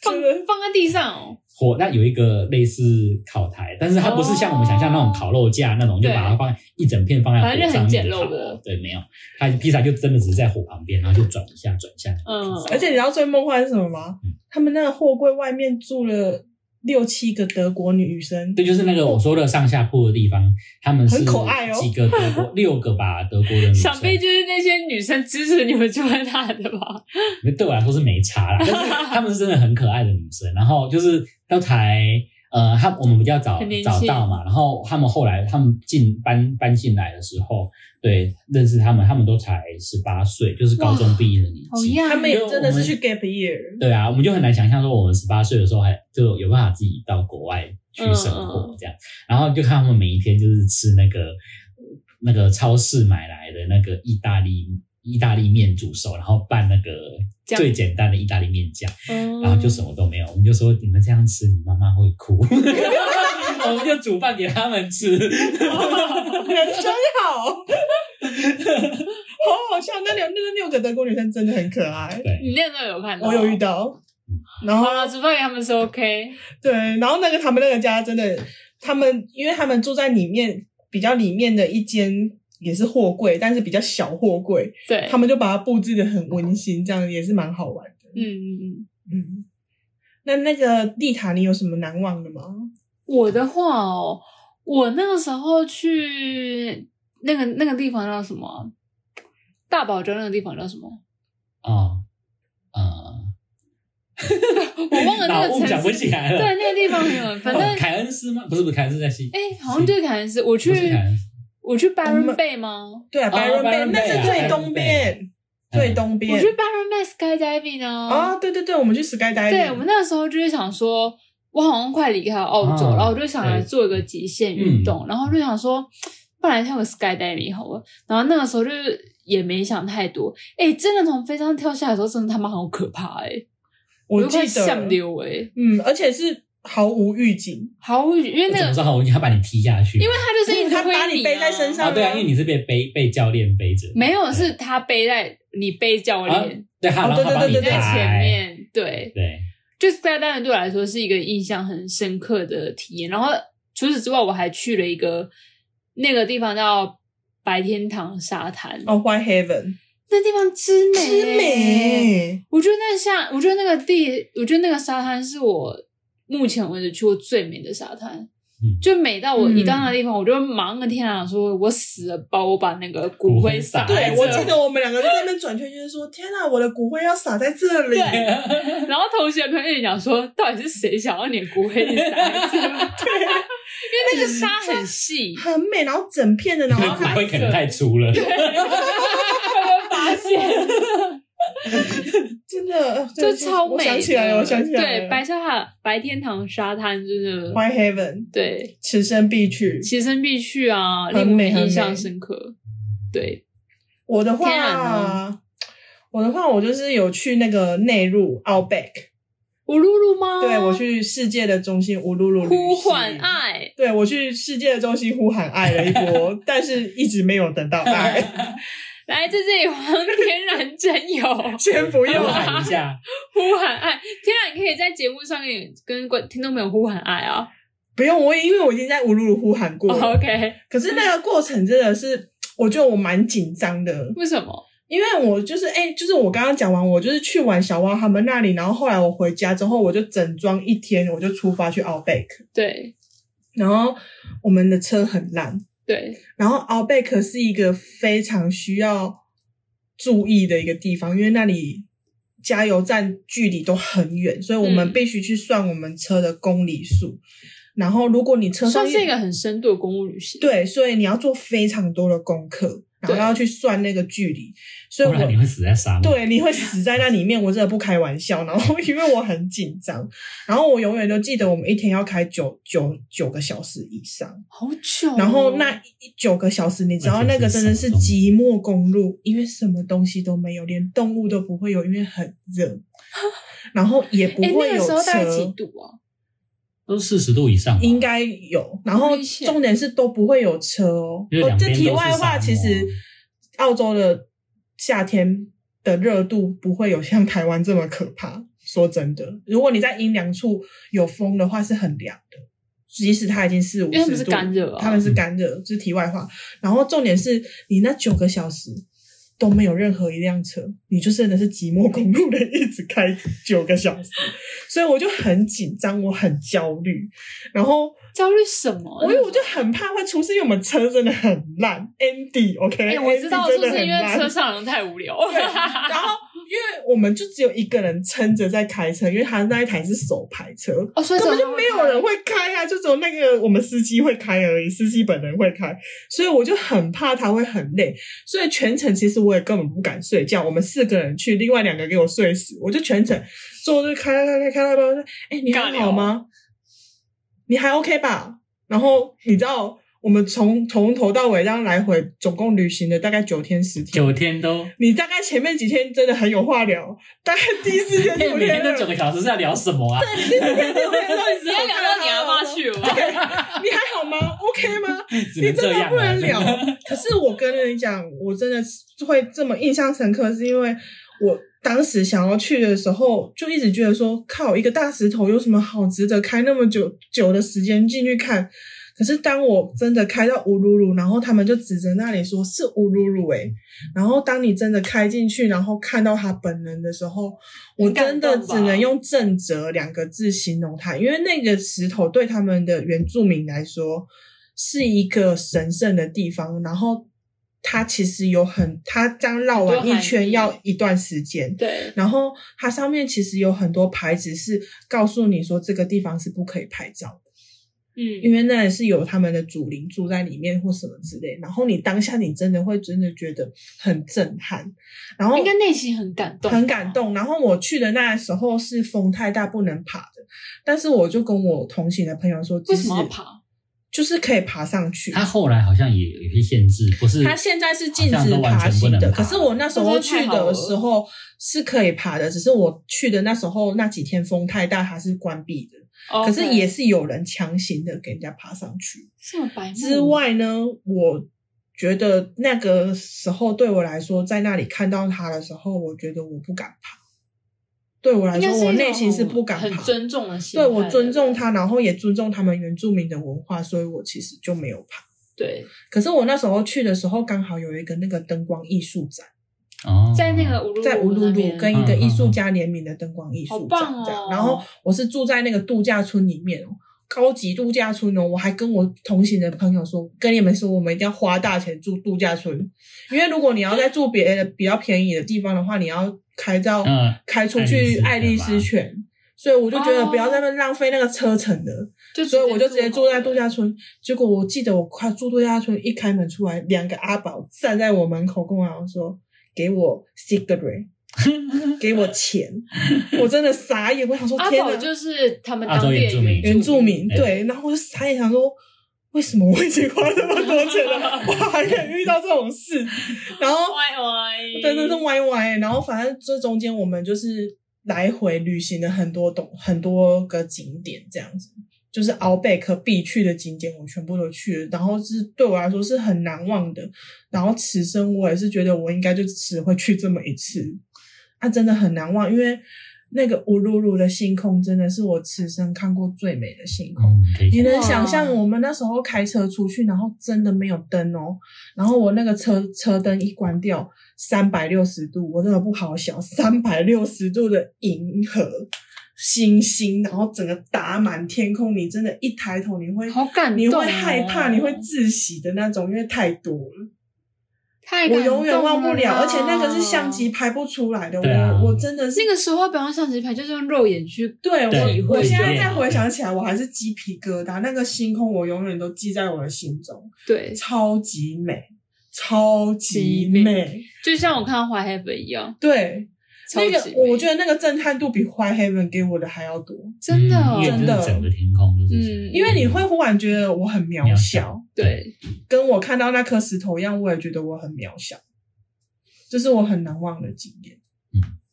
Speaker 1: 放放在地上哦，
Speaker 3: 火那有一个类似烤台，但是它不是像我们想象那种烤肉架那种，就把它放一整片放在
Speaker 1: 反正
Speaker 3: 火
Speaker 1: 就很
Speaker 3: 上
Speaker 1: 简
Speaker 3: 面
Speaker 1: 陋
Speaker 3: 烤
Speaker 1: 的
Speaker 3: 的。对，没有，它披萨就真的只是在火旁边，然后就转一下转一下。
Speaker 1: 嗯
Speaker 2: 而且你知道最梦幻是什么吗？
Speaker 3: 嗯
Speaker 2: 他们那个货柜外面住了六七个德国女生，
Speaker 3: 对，就是那个我说的上下铺的地方，他们是
Speaker 2: 很可爱哦
Speaker 3: 几个德 国六个吧，德国的女生
Speaker 1: 想，必就是那些女生支持你们住在那的 吧？
Speaker 3: 对我来说是没差啦， 但是他们是真的很可爱的女生。然后就是都才呃，他我们比较早
Speaker 1: 很年轻
Speaker 3: 找到嘛，然后他们后来他们进搬搬进来的时候，对认识他们，他们都才十八岁，就是高中毕业的年纪。
Speaker 2: 他们也真的是去
Speaker 3: 因
Speaker 2: gap year。
Speaker 3: 对啊，我们就很难想象说我们十八岁的时候还就有办法自己到国外去
Speaker 1: 嗯
Speaker 3: 生活这样，然后就看他们每一天就是吃那个那个超市买来的那个意大利意大利面煮熟，然后拌那个
Speaker 1: 酱
Speaker 3: 最简单的意大利面酱，
Speaker 1: 嗯
Speaker 3: 然后啊就什么都没有，我们就说你们这样吃，你妈妈会哭， 我们就煮饭给他们吃。
Speaker 2: 人真好， 好好笑。那六那六个德国女生真的很可爱，
Speaker 3: 对，嗯
Speaker 1: 你那时候有看到？
Speaker 2: 我有遇。到。然后
Speaker 1: 好了，煮饭给他们是 OK，
Speaker 2: 对，然后那个他们那个家真的，他们因为他们住在里面比较里面的一间也是货柜，但是比较小货柜，
Speaker 1: 对，
Speaker 2: 他们就把它布置的很温馨，这样也是蛮好玩的。
Speaker 1: 嗯嗯嗯。
Speaker 2: 嗯，那那个丽塔，你有什么难忘的吗？
Speaker 1: 我的话哦，我那个时候去那个那个地方叫什么啊？大堡礁那个地方叫什么？
Speaker 3: 哦，呃，
Speaker 1: 我忘了那个城
Speaker 3: 脑雾
Speaker 1: 市。
Speaker 3: 讲不起来了。
Speaker 1: 对，那个地方很有，反正
Speaker 3: 哦凯恩斯吗？不是不是，凯恩斯在西。
Speaker 1: 哎、好像就是凯恩斯。我去
Speaker 3: 不是凯恩斯
Speaker 1: 我去
Speaker 2: 我
Speaker 1: Byron
Speaker 2: 们
Speaker 1: Bay 吗？
Speaker 2: 对啊，
Speaker 3: 哦
Speaker 2: 白人
Speaker 3: Byron
Speaker 2: 那
Speaker 3: Bay
Speaker 2: 是
Speaker 3: 啊
Speaker 2: 最
Speaker 3: Byron
Speaker 2: 东边，
Speaker 3: Bay
Speaker 2: 最东边。
Speaker 1: 我去 Byron Bay skydiving 啊。
Speaker 2: 啊，对对对，我们去 skydiving。
Speaker 1: 对，我们那时候就是想说，我好像快离开澳洲，
Speaker 3: 啊
Speaker 1: 然后我就想来
Speaker 3: 对
Speaker 1: 做一个极限
Speaker 2: 嗯
Speaker 1: 运动，然后就想说，不然跳个 skydiving 好了。然后那个时候就是也没想太多，哎、真的从飞机上跳下来的时候，真的他妈好可怕哎、
Speaker 2: 我
Speaker 1: 就
Speaker 2: 记
Speaker 1: 快
Speaker 2: 得
Speaker 1: 吓，溜哎，
Speaker 2: 嗯，而且是毫无预警，
Speaker 1: 毫无语，因为那
Speaker 3: 哎怎
Speaker 1: 个
Speaker 3: 么说好？他把你踢下去，
Speaker 1: 因为他就是一直
Speaker 2: 他把
Speaker 1: 推
Speaker 2: 你背在身上
Speaker 3: 啊，对啊，因为你是被背被教练背着，
Speaker 1: 没有是他背在你背教
Speaker 3: 啊
Speaker 1: 练。
Speaker 3: 对，他然
Speaker 2: 哦
Speaker 3: 后他把你
Speaker 2: 对
Speaker 1: 在前
Speaker 3: 抬，
Speaker 1: 面，对，
Speaker 3: 对，
Speaker 1: 就 skydiving 对我来说是一个印象很深刻的体验。然后除此之外，我还去了一个那个地方叫白天堂沙滩，
Speaker 2: 哦，White Heaven
Speaker 1: 那地方之美，
Speaker 2: 之。美，
Speaker 1: 我觉得那下，我觉得那个地，我觉得那个沙滩是我目前为止去过最美的沙滩。
Speaker 3: 嗯
Speaker 1: 就美到我
Speaker 2: 嗯
Speaker 1: 一到那地方，我就忙个天啊！说我死了吧，我把那个骨
Speaker 3: 骨
Speaker 1: 灰
Speaker 3: 灰
Speaker 1: 撒
Speaker 3: 撒
Speaker 1: 在
Speaker 2: 对
Speaker 1: 这。
Speaker 2: 我记得我们两个在那边转圈圈，说天哪，我的骨灰要撒在这里。
Speaker 1: 对然后同学朋友也讲说，到底是谁想要你的骨灰一直撒 在这啊
Speaker 2: 啊
Speaker 1: 因为那个沙很细，
Speaker 2: 很美，然后整片的，然 后
Speaker 3: 骨
Speaker 2: 它
Speaker 3: 灰可能太粗了，
Speaker 1: 有没有 发现？
Speaker 2: 真的 对
Speaker 1: 就
Speaker 2: 不起
Speaker 1: 超美
Speaker 2: 我
Speaker 1: 的。
Speaker 2: 想起来了，我想起来了，
Speaker 1: 对，白沙滩、白天堂沙滩真的，
Speaker 2: White Heaven，
Speaker 1: 对，
Speaker 2: 此生必去。
Speaker 1: 其身必去啊，
Speaker 2: 很
Speaker 1: 令我
Speaker 2: 美很
Speaker 1: 印象
Speaker 2: 美
Speaker 1: 深刻。对，
Speaker 2: 我的
Speaker 1: 天然哦呢
Speaker 2: 话，我的话，我就是有去那个内陆 Outback，
Speaker 1: 乌鲁鲁吗？
Speaker 2: 对我去世界的中心乌鲁鲁旅行
Speaker 1: 啊呼唤。啊爱，
Speaker 2: 对我去世界的中心呼喊爱了一 波，但是一直没有等到爱，
Speaker 1: 来自这里玩天然真友，
Speaker 2: 先不用
Speaker 3: 又喊一下，
Speaker 1: 呼喊爱，天然可以在节目上跟你跟观听众朋友呼喊爱啊。
Speaker 2: 不用我，因为我已经在乌鲁鲁呼喊过了。
Speaker 1: 哦 OK，
Speaker 2: 可是那个过程真的是，我觉得我蛮紧张的，
Speaker 1: 为什么？
Speaker 2: 因为我就是哎、就是我刚刚讲完，我就是去完小汪他们那里，然后后来我回家之后，我就整装一天，我就出发去 Outback，
Speaker 1: 对
Speaker 2: 然后我们的车很烂，
Speaker 1: 对，
Speaker 2: 然后 Outback 是一个非常需要注意的一个地方，因为那里加油站距离都很远，所以我
Speaker 1: 嗯
Speaker 2: 们必须去算我们车的公里数。然后，如果你车上
Speaker 1: 算是一个很深度的公务旅行。
Speaker 2: 对，所以你要做非常多的功课，然后
Speaker 1: 对
Speaker 2: 要去算那个距离。所以
Speaker 3: 不
Speaker 2: 我
Speaker 3: 然你会死在沙漠。
Speaker 2: 对，你会死在那里面，我真的不开玩笑。然后 因为我很紧张，然后我永远都记得我们一天要开九九九个小时以上，
Speaker 1: 好久哦、
Speaker 2: 然后那一一九个小时，你知道
Speaker 3: 那
Speaker 2: 那
Speaker 3: 真
Speaker 2: 个
Speaker 3: 是
Speaker 2: 真的是
Speaker 3: 什么
Speaker 2: 寂寞公路，因为什么东西都没有，连动物都不会有，因为很 热，然后也不
Speaker 1: 哎、那
Speaker 2: 会
Speaker 1: 个
Speaker 2: 有
Speaker 1: 时候大概几
Speaker 2: 车。
Speaker 1: 度啊？
Speaker 3: 都四十度以上吧，
Speaker 2: 应该有，然
Speaker 1: 好
Speaker 2: 后
Speaker 1: 危险
Speaker 2: 重点是都不会有车哦。
Speaker 3: 因为
Speaker 2: 哦
Speaker 3: 两，
Speaker 2: 这
Speaker 3: 边
Speaker 2: 题
Speaker 3: 都是哦
Speaker 2: 外
Speaker 3: 沙
Speaker 2: 话，
Speaker 3: 漠
Speaker 2: 其实澳洲的夏天的热度不会有像台湾这么可怕，说真的，如果你在阴凉处有风的话，是很凉的。即使它已经四五
Speaker 1: 因为他们
Speaker 2: 十
Speaker 1: 是
Speaker 2: 度，
Speaker 1: 干热啊
Speaker 2: 他们是干热，这是题外话。然后重点是你那九个小时都没有任何一辆车，你就真的是寂寞公路的一直开九个小时，所以我就很紧张，我很焦虑，然后。
Speaker 1: 焦虑什么？啊
Speaker 2: 我因为我就很怕会出事，因为我们车真的很烂，Andy，OK，、
Speaker 1: 哎、我知道
Speaker 2: Andy
Speaker 1: 是
Speaker 2: 真
Speaker 1: 不
Speaker 2: 的
Speaker 1: 是因
Speaker 2: 很
Speaker 1: 为
Speaker 2: 烂
Speaker 1: 车上人太无聊？
Speaker 2: 对，然后因为我们就只有一个人撑着在开车，因为他那一台是手排车，
Speaker 1: 哦，所以
Speaker 2: 根本
Speaker 1: 怎
Speaker 2: 就
Speaker 1: 么
Speaker 2: 没有人会开啊，就只有那个我们司机会开而已，司机本人会开，所以我就很怕他会很累，所以全程其实我也根本不敢睡觉。我们四个人去，另外两个给我睡死，我就全程坐着开开开开开到，哎、你
Speaker 1: 尬
Speaker 2: 还
Speaker 1: 聊
Speaker 2: 好吗？你还 OK 吧？然后你知道。我们从从头到尾这样来回，总共旅行了大概九天十天，
Speaker 3: 九天都，
Speaker 2: 你大概前面几天真的很有话聊，大概第四天、
Speaker 3: 哎
Speaker 2: 六
Speaker 3: 每天
Speaker 2: 天
Speaker 3: 都
Speaker 2: 了，
Speaker 3: 九个小时是在聊什么啊？
Speaker 2: 第四天、六天到底
Speaker 1: 直接聊到 你阿妈去了吧？
Speaker 2: 你还好吗？OK 吗？
Speaker 3: 只
Speaker 2: 你
Speaker 3: 能
Speaker 2: 真
Speaker 3: 这
Speaker 2: 的
Speaker 3: 样
Speaker 2: 不
Speaker 3: 啊
Speaker 2: 能聊。可是我跟你讲，我真的是会这么印象深刻，是因为我当时想要去的时候，就一直觉得说，靠，一个大石头有什么好值得开那么久久的时间进去看？可是当我真的开到乌鲁鲁，然后他们就指着那里说是乌鲁鲁诶，哎然后当你真的开进去，然后看到他本人的时候，我
Speaker 1: 很感
Speaker 2: 真的
Speaker 1: 动吧
Speaker 2: 只能用正则两个字形容他，因为那个石头对他们的原住民来说是一个神圣的地方，然后它其实有很，它这样
Speaker 1: 很
Speaker 2: 绕完
Speaker 1: 多
Speaker 2: 一
Speaker 1: 含义
Speaker 2: 圈要一段时间。
Speaker 1: 对，
Speaker 2: 然后它上面其实有很多牌子是告诉你说这个地方是不可以拍照的。因
Speaker 1: 嗯，
Speaker 2: 为那也是有他们的主灵住在里面或什么之类，然后你当下你真的会真的觉得很震撼，然后
Speaker 1: 应该内心很感动，
Speaker 2: 很感。动。然后我去的那时候是风太大不能爬的，但是我就跟我同行的朋友说，
Speaker 1: 为什么要
Speaker 2: 即使
Speaker 1: 爬？
Speaker 2: 就是可以爬上去。
Speaker 3: 他后来好像也有一些限制，不是？
Speaker 2: 它现在是禁
Speaker 3: 好像
Speaker 2: 止
Speaker 3: 都完
Speaker 2: 爬
Speaker 3: 全不
Speaker 2: 行
Speaker 3: 能
Speaker 2: 的，
Speaker 3: 爬
Speaker 2: 可是我那时候去的时候是可以爬的，只是我去的那时候那几天风太大，它是关闭的。可是
Speaker 1: OK
Speaker 2: 也是有人强行的给人家爬上去。
Speaker 1: 这么白目
Speaker 2: 之，外呢，我觉得那个时候对我来说，在那里看到他的时候，我觉得我不敢爬。对我来
Speaker 1: 应该
Speaker 2: 说，
Speaker 1: 是
Speaker 2: 我
Speaker 1: 一种
Speaker 2: 内心是不敢
Speaker 1: 很
Speaker 2: 爬。
Speaker 1: 尊重的心态
Speaker 2: 对
Speaker 1: 的。
Speaker 2: 我尊重他，然后也尊重他们原住民的文化，所以我其实就没有爬。
Speaker 1: 对，
Speaker 2: 可是我那时候去的时候，刚好有一个那个灯光艺术展，
Speaker 3: 哦，
Speaker 1: 在那个乌鲁
Speaker 2: 在乌鲁
Speaker 1: 那
Speaker 2: 鲁
Speaker 1: 边
Speaker 2: 跟一个艺术家联名的灯光艺
Speaker 1: 好
Speaker 2: 术展
Speaker 1: 棒哦，
Speaker 2: 这样。然后我是住在那个度假村里面哦，高级度假村哦，我还跟我同行的朋友说，跟你们说，我们一定要花大钱住度假村，因为如果你要再住别的比较便宜的地方的话，你要开到、
Speaker 3: 嗯
Speaker 2: 开出去
Speaker 3: 爱
Speaker 2: 爱
Speaker 3: 丽
Speaker 2: 丽
Speaker 3: 丝
Speaker 2: 丝泉。所以我就觉得
Speaker 1: 哦
Speaker 2: 不要在那边浪费那个车程了，
Speaker 1: 就
Speaker 2: 所以我就直接住在
Speaker 1: 好了
Speaker 2: 度假村。结果我记得我快住度假村，一开门出来，两个阿宝站在我门口跟我讲说：“给我 cigarette，给我钱。”我真的傻眼，我想说：“
Speaker 1: 阿
Speaker 2: 天
Speaker 1: 宝
Speaker 2: 哪！”
Speaker 1: 就是他们
Speaker 3: 澳洲
Speaker 1: 当地
Speaker 3: 原住民
Speaker 2: 原住民哎
Speaker 3: 对
Speaker 2: 对，然后我就傻眼想说，为什么我已经花这么多钱了，我还可以遇到这种事？然后
Speaker 1: 歪歪，
Speaker 2: 真的是歪歪，然后反正这中间我们就是来回旅行了很多东很多个景点这样子。就是鳌贝壳必去的景点，我全部都去了，然后是对我来说是很难忘的。然后此生我也是觉得我应该就只会去这么一次，啊，真的很难忘，因为那个乌鲁鲁的星空真的是我此生看过最美的星空。
Speaker 3: 嗯可以
Speaker 2: 你
Speaker 3: 想
Speaker 2: 能想象我们那时候开车出去，然后真的没有灯哦，然后我那个车车灯一关掉，三百六十度，我真的不好想，三百六十度的银河、星星，然后整个打满天空，你真的，一抬头你会
Speaker 1: 好感动哦哦
Speaker 2: 你会害怕，你会窒息的那种，因为太多了，
Speaker 1: 太
Speaker 2: 我
Speaker 1: 感动
Speaker 2: 永远忘不了，
Speaker 1: 啦
Speaker 2: 而且那个是相机拍不出来的，
Speaker 3: 对啊
Speaker 2: 我我真的是
Speaker 1: 那个时候不用相机拍，就是用肉眼去
Speaker 2: 对
Speaker 3: 对
Speaker 2: 我，我
Speaker 3: 会
Speaker 2: 现
Speaker 3: 这
Speaker 2: 在
Speaker 3: 样
Speaker 2: 再回想起来，我还是鸡皮疙瘩。那个星空，我永远都记在我的心中，
Speaker 1: 对，
Speaker 2: 超级美，超级美。
Speaker 1: 极就像我看到花黑粉一样，
Speaker 2: 对，
Speaker 1: 超
Speaker 2: 那
Speaker 1: 级
Speaker 2: 个我觉
Speaker 1: 得
Speaker 2: 得那个震撼度比《White Heaven》给我的还要多，
Speaker 1: 真的
Speaker 3: 嗯因为
Speaker 1: 哦
Speaker 2: 真的
Speaker 3: 就是整个天空都是，
Speaker 1: 嗯
Speaker 2: 因为你会忽然觉得我很渺
Speaker 3: 渺
Speaker 2: 小
Speaker 3: 小，
Speaker 1: 对，
Speaker 2: 跟我看到那颗石头一样，我也觉得我很渺小。这是我很难忘的经 验。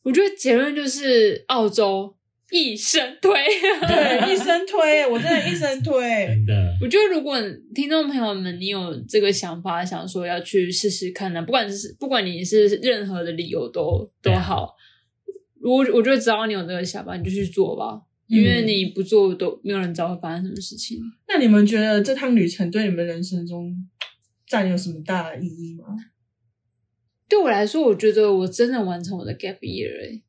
Speaker 1: 我觉得结论就是澳洲一生推。
Speaker 2: 对，一生推，我真的一生推。嗯
Speaker 3: 真的
Speaker 1: 我觉得，如果听众朋友们你有这个想法，想说要去试试看呢、不管是不管你是任何的理由都都
Speaker 3: 对啊
Speaker 1: 好，我我就知道你有这个想法，你就去做吧，因
Speaker 3: 嗯
Speaker 1: 为你不做都没有人知道会发生什么事情。
Speaker 2: 那你们觉得这趟旅程对你们人生中占有什么大的意义吗？
Speaker 1: 对我来说，我觉得我真的完成我的 gap year，、欸、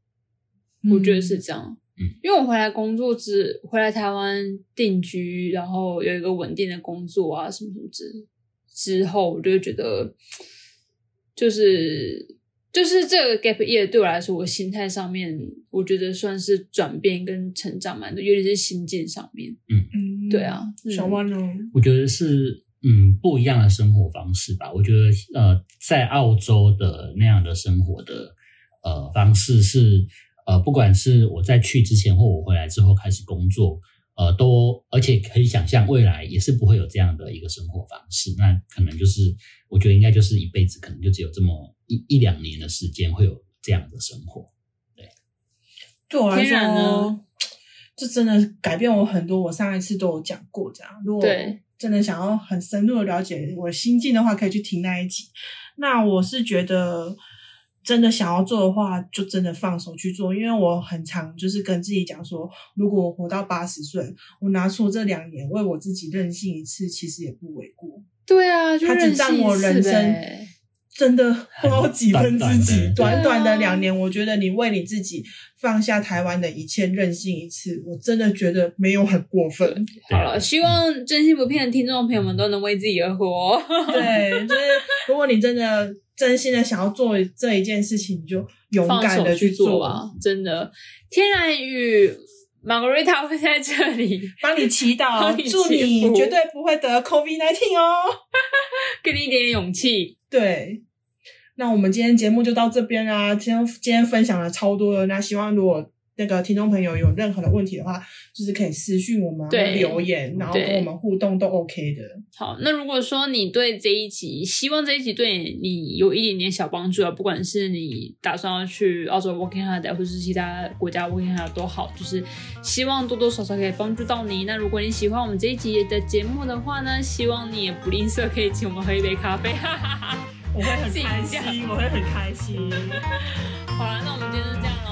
Speaker 1: 我觉得是这样。
Speaker 3: 嗯
Speaker 1: 因为我回来工作之回来台湾定居，然后有一个稳定的工作啊，什么什么之之后，我就会觉得，就是就是这个 gap year 对我来说，我心态上面我觉得算是转变跟成长蛮多，尤其是心境上面。
Speaker 2: 嗯，
Speaker 1: 对啊，
Speaker 2: 小
Speaker 1: 嗯、
Speaker 2: 万呢？
Speaker 3: 我觉得是嗯不一样的生活方式吧。我觉得呃，在澳洲的那样的生活的呃方式是呃，不管是我在去之前或我回来之后开始工作，呃，都而且可以想象未来也是不会有这样的一个生活方式。那可能就是我觉得应该就是一辈子，可能就只有这么一一两年的时间会有这样的生活。
Speaker 2: 对我来
Speaker 1: 天然
Speaker 2: 说
Speaker 1: 呢，
Speaker 2: 就真的改变我很多。我上一次都有讲过，这样如果
Speaker 1: 对
Speaker 2: 真的想要很深入的了解我的心境的话，可以去听那一集。那我是觉得，真的想要做的话，就真的放手去做，因为我很常就是跟自己讲说，如果我活到八十岁，我拿出这两年为我自己任性一次，其实也不为过。
Speaker 1: 对啊，就
Speaker 2: 它只
Speaker 1: 任
Speaker 2: 占
Speaker 1: 性一
Speaker 2: 我
Speaker 1: 次
Speaker 2: 人生
Speaker 1: 呗
Speaker 2: 真的不知道几分之几，
Speaker 1: 短短的
Speaker 2: 短
Speaker 3: 很
Speaker 2: 短的
Speaker 1: 对啊
Speaker 2: 两年，我觉得你为你自己放下台湾的一切，任性一次，我真的觉得没有很 过分。
Speaker 3: 对啊
Speaker 1: 好了，希望真心不骗的听众朋友们都能为自己而活。哦
Speaker 2: 对，就是如果你真的真心的想要做这一件事情，你就勇
Speaker 1: 放
Speaker 2: 敢
Speaker 1: 手
Speaker 2: 的
Speaker 1: 去
Speaker 2: 做
Speaker 1: 做啊吧，真的。天然与 Margarita 会在这里
Speaker 2: 帮你祈祷
Speaker 1: 帮你，祈
Speaker 2: 祝你
Speaker 1: 福
Speaker 2: 绝对不会得 COVID nineteen 哦。
Speaker 1: 给你一点勇气。
Speaker 2: 对，那我们今天节目就到这边啦。今天今天分享了超多的，那希望如果那个听众朋友有任何的问题的话，就是可以私讯我们，
Speaker 1: 对
Speaker 2: 或留言，然后
Speaker 1: 对
Speaker 2: 跟我们互动都 OK 的。
Speaker 1: 好，那如果说你对这一集，希望这一集对你有一点点小帮助啊，不管是你打算要去澳洲 working holiday，或是其他国家 working holiday 都好，就是希望多多少少可以帮助到你。那如果你喜欢我们这一集的节目的话呢，希望你也不吝啬，可以请我们喝一杯咖啡。 哈哈哈。
Speaker 2: 我会
Speaker 1: 自己讲
Speaker 2: 我会很开心。
Speaker 1: 好啦，那我们今天就这样喽，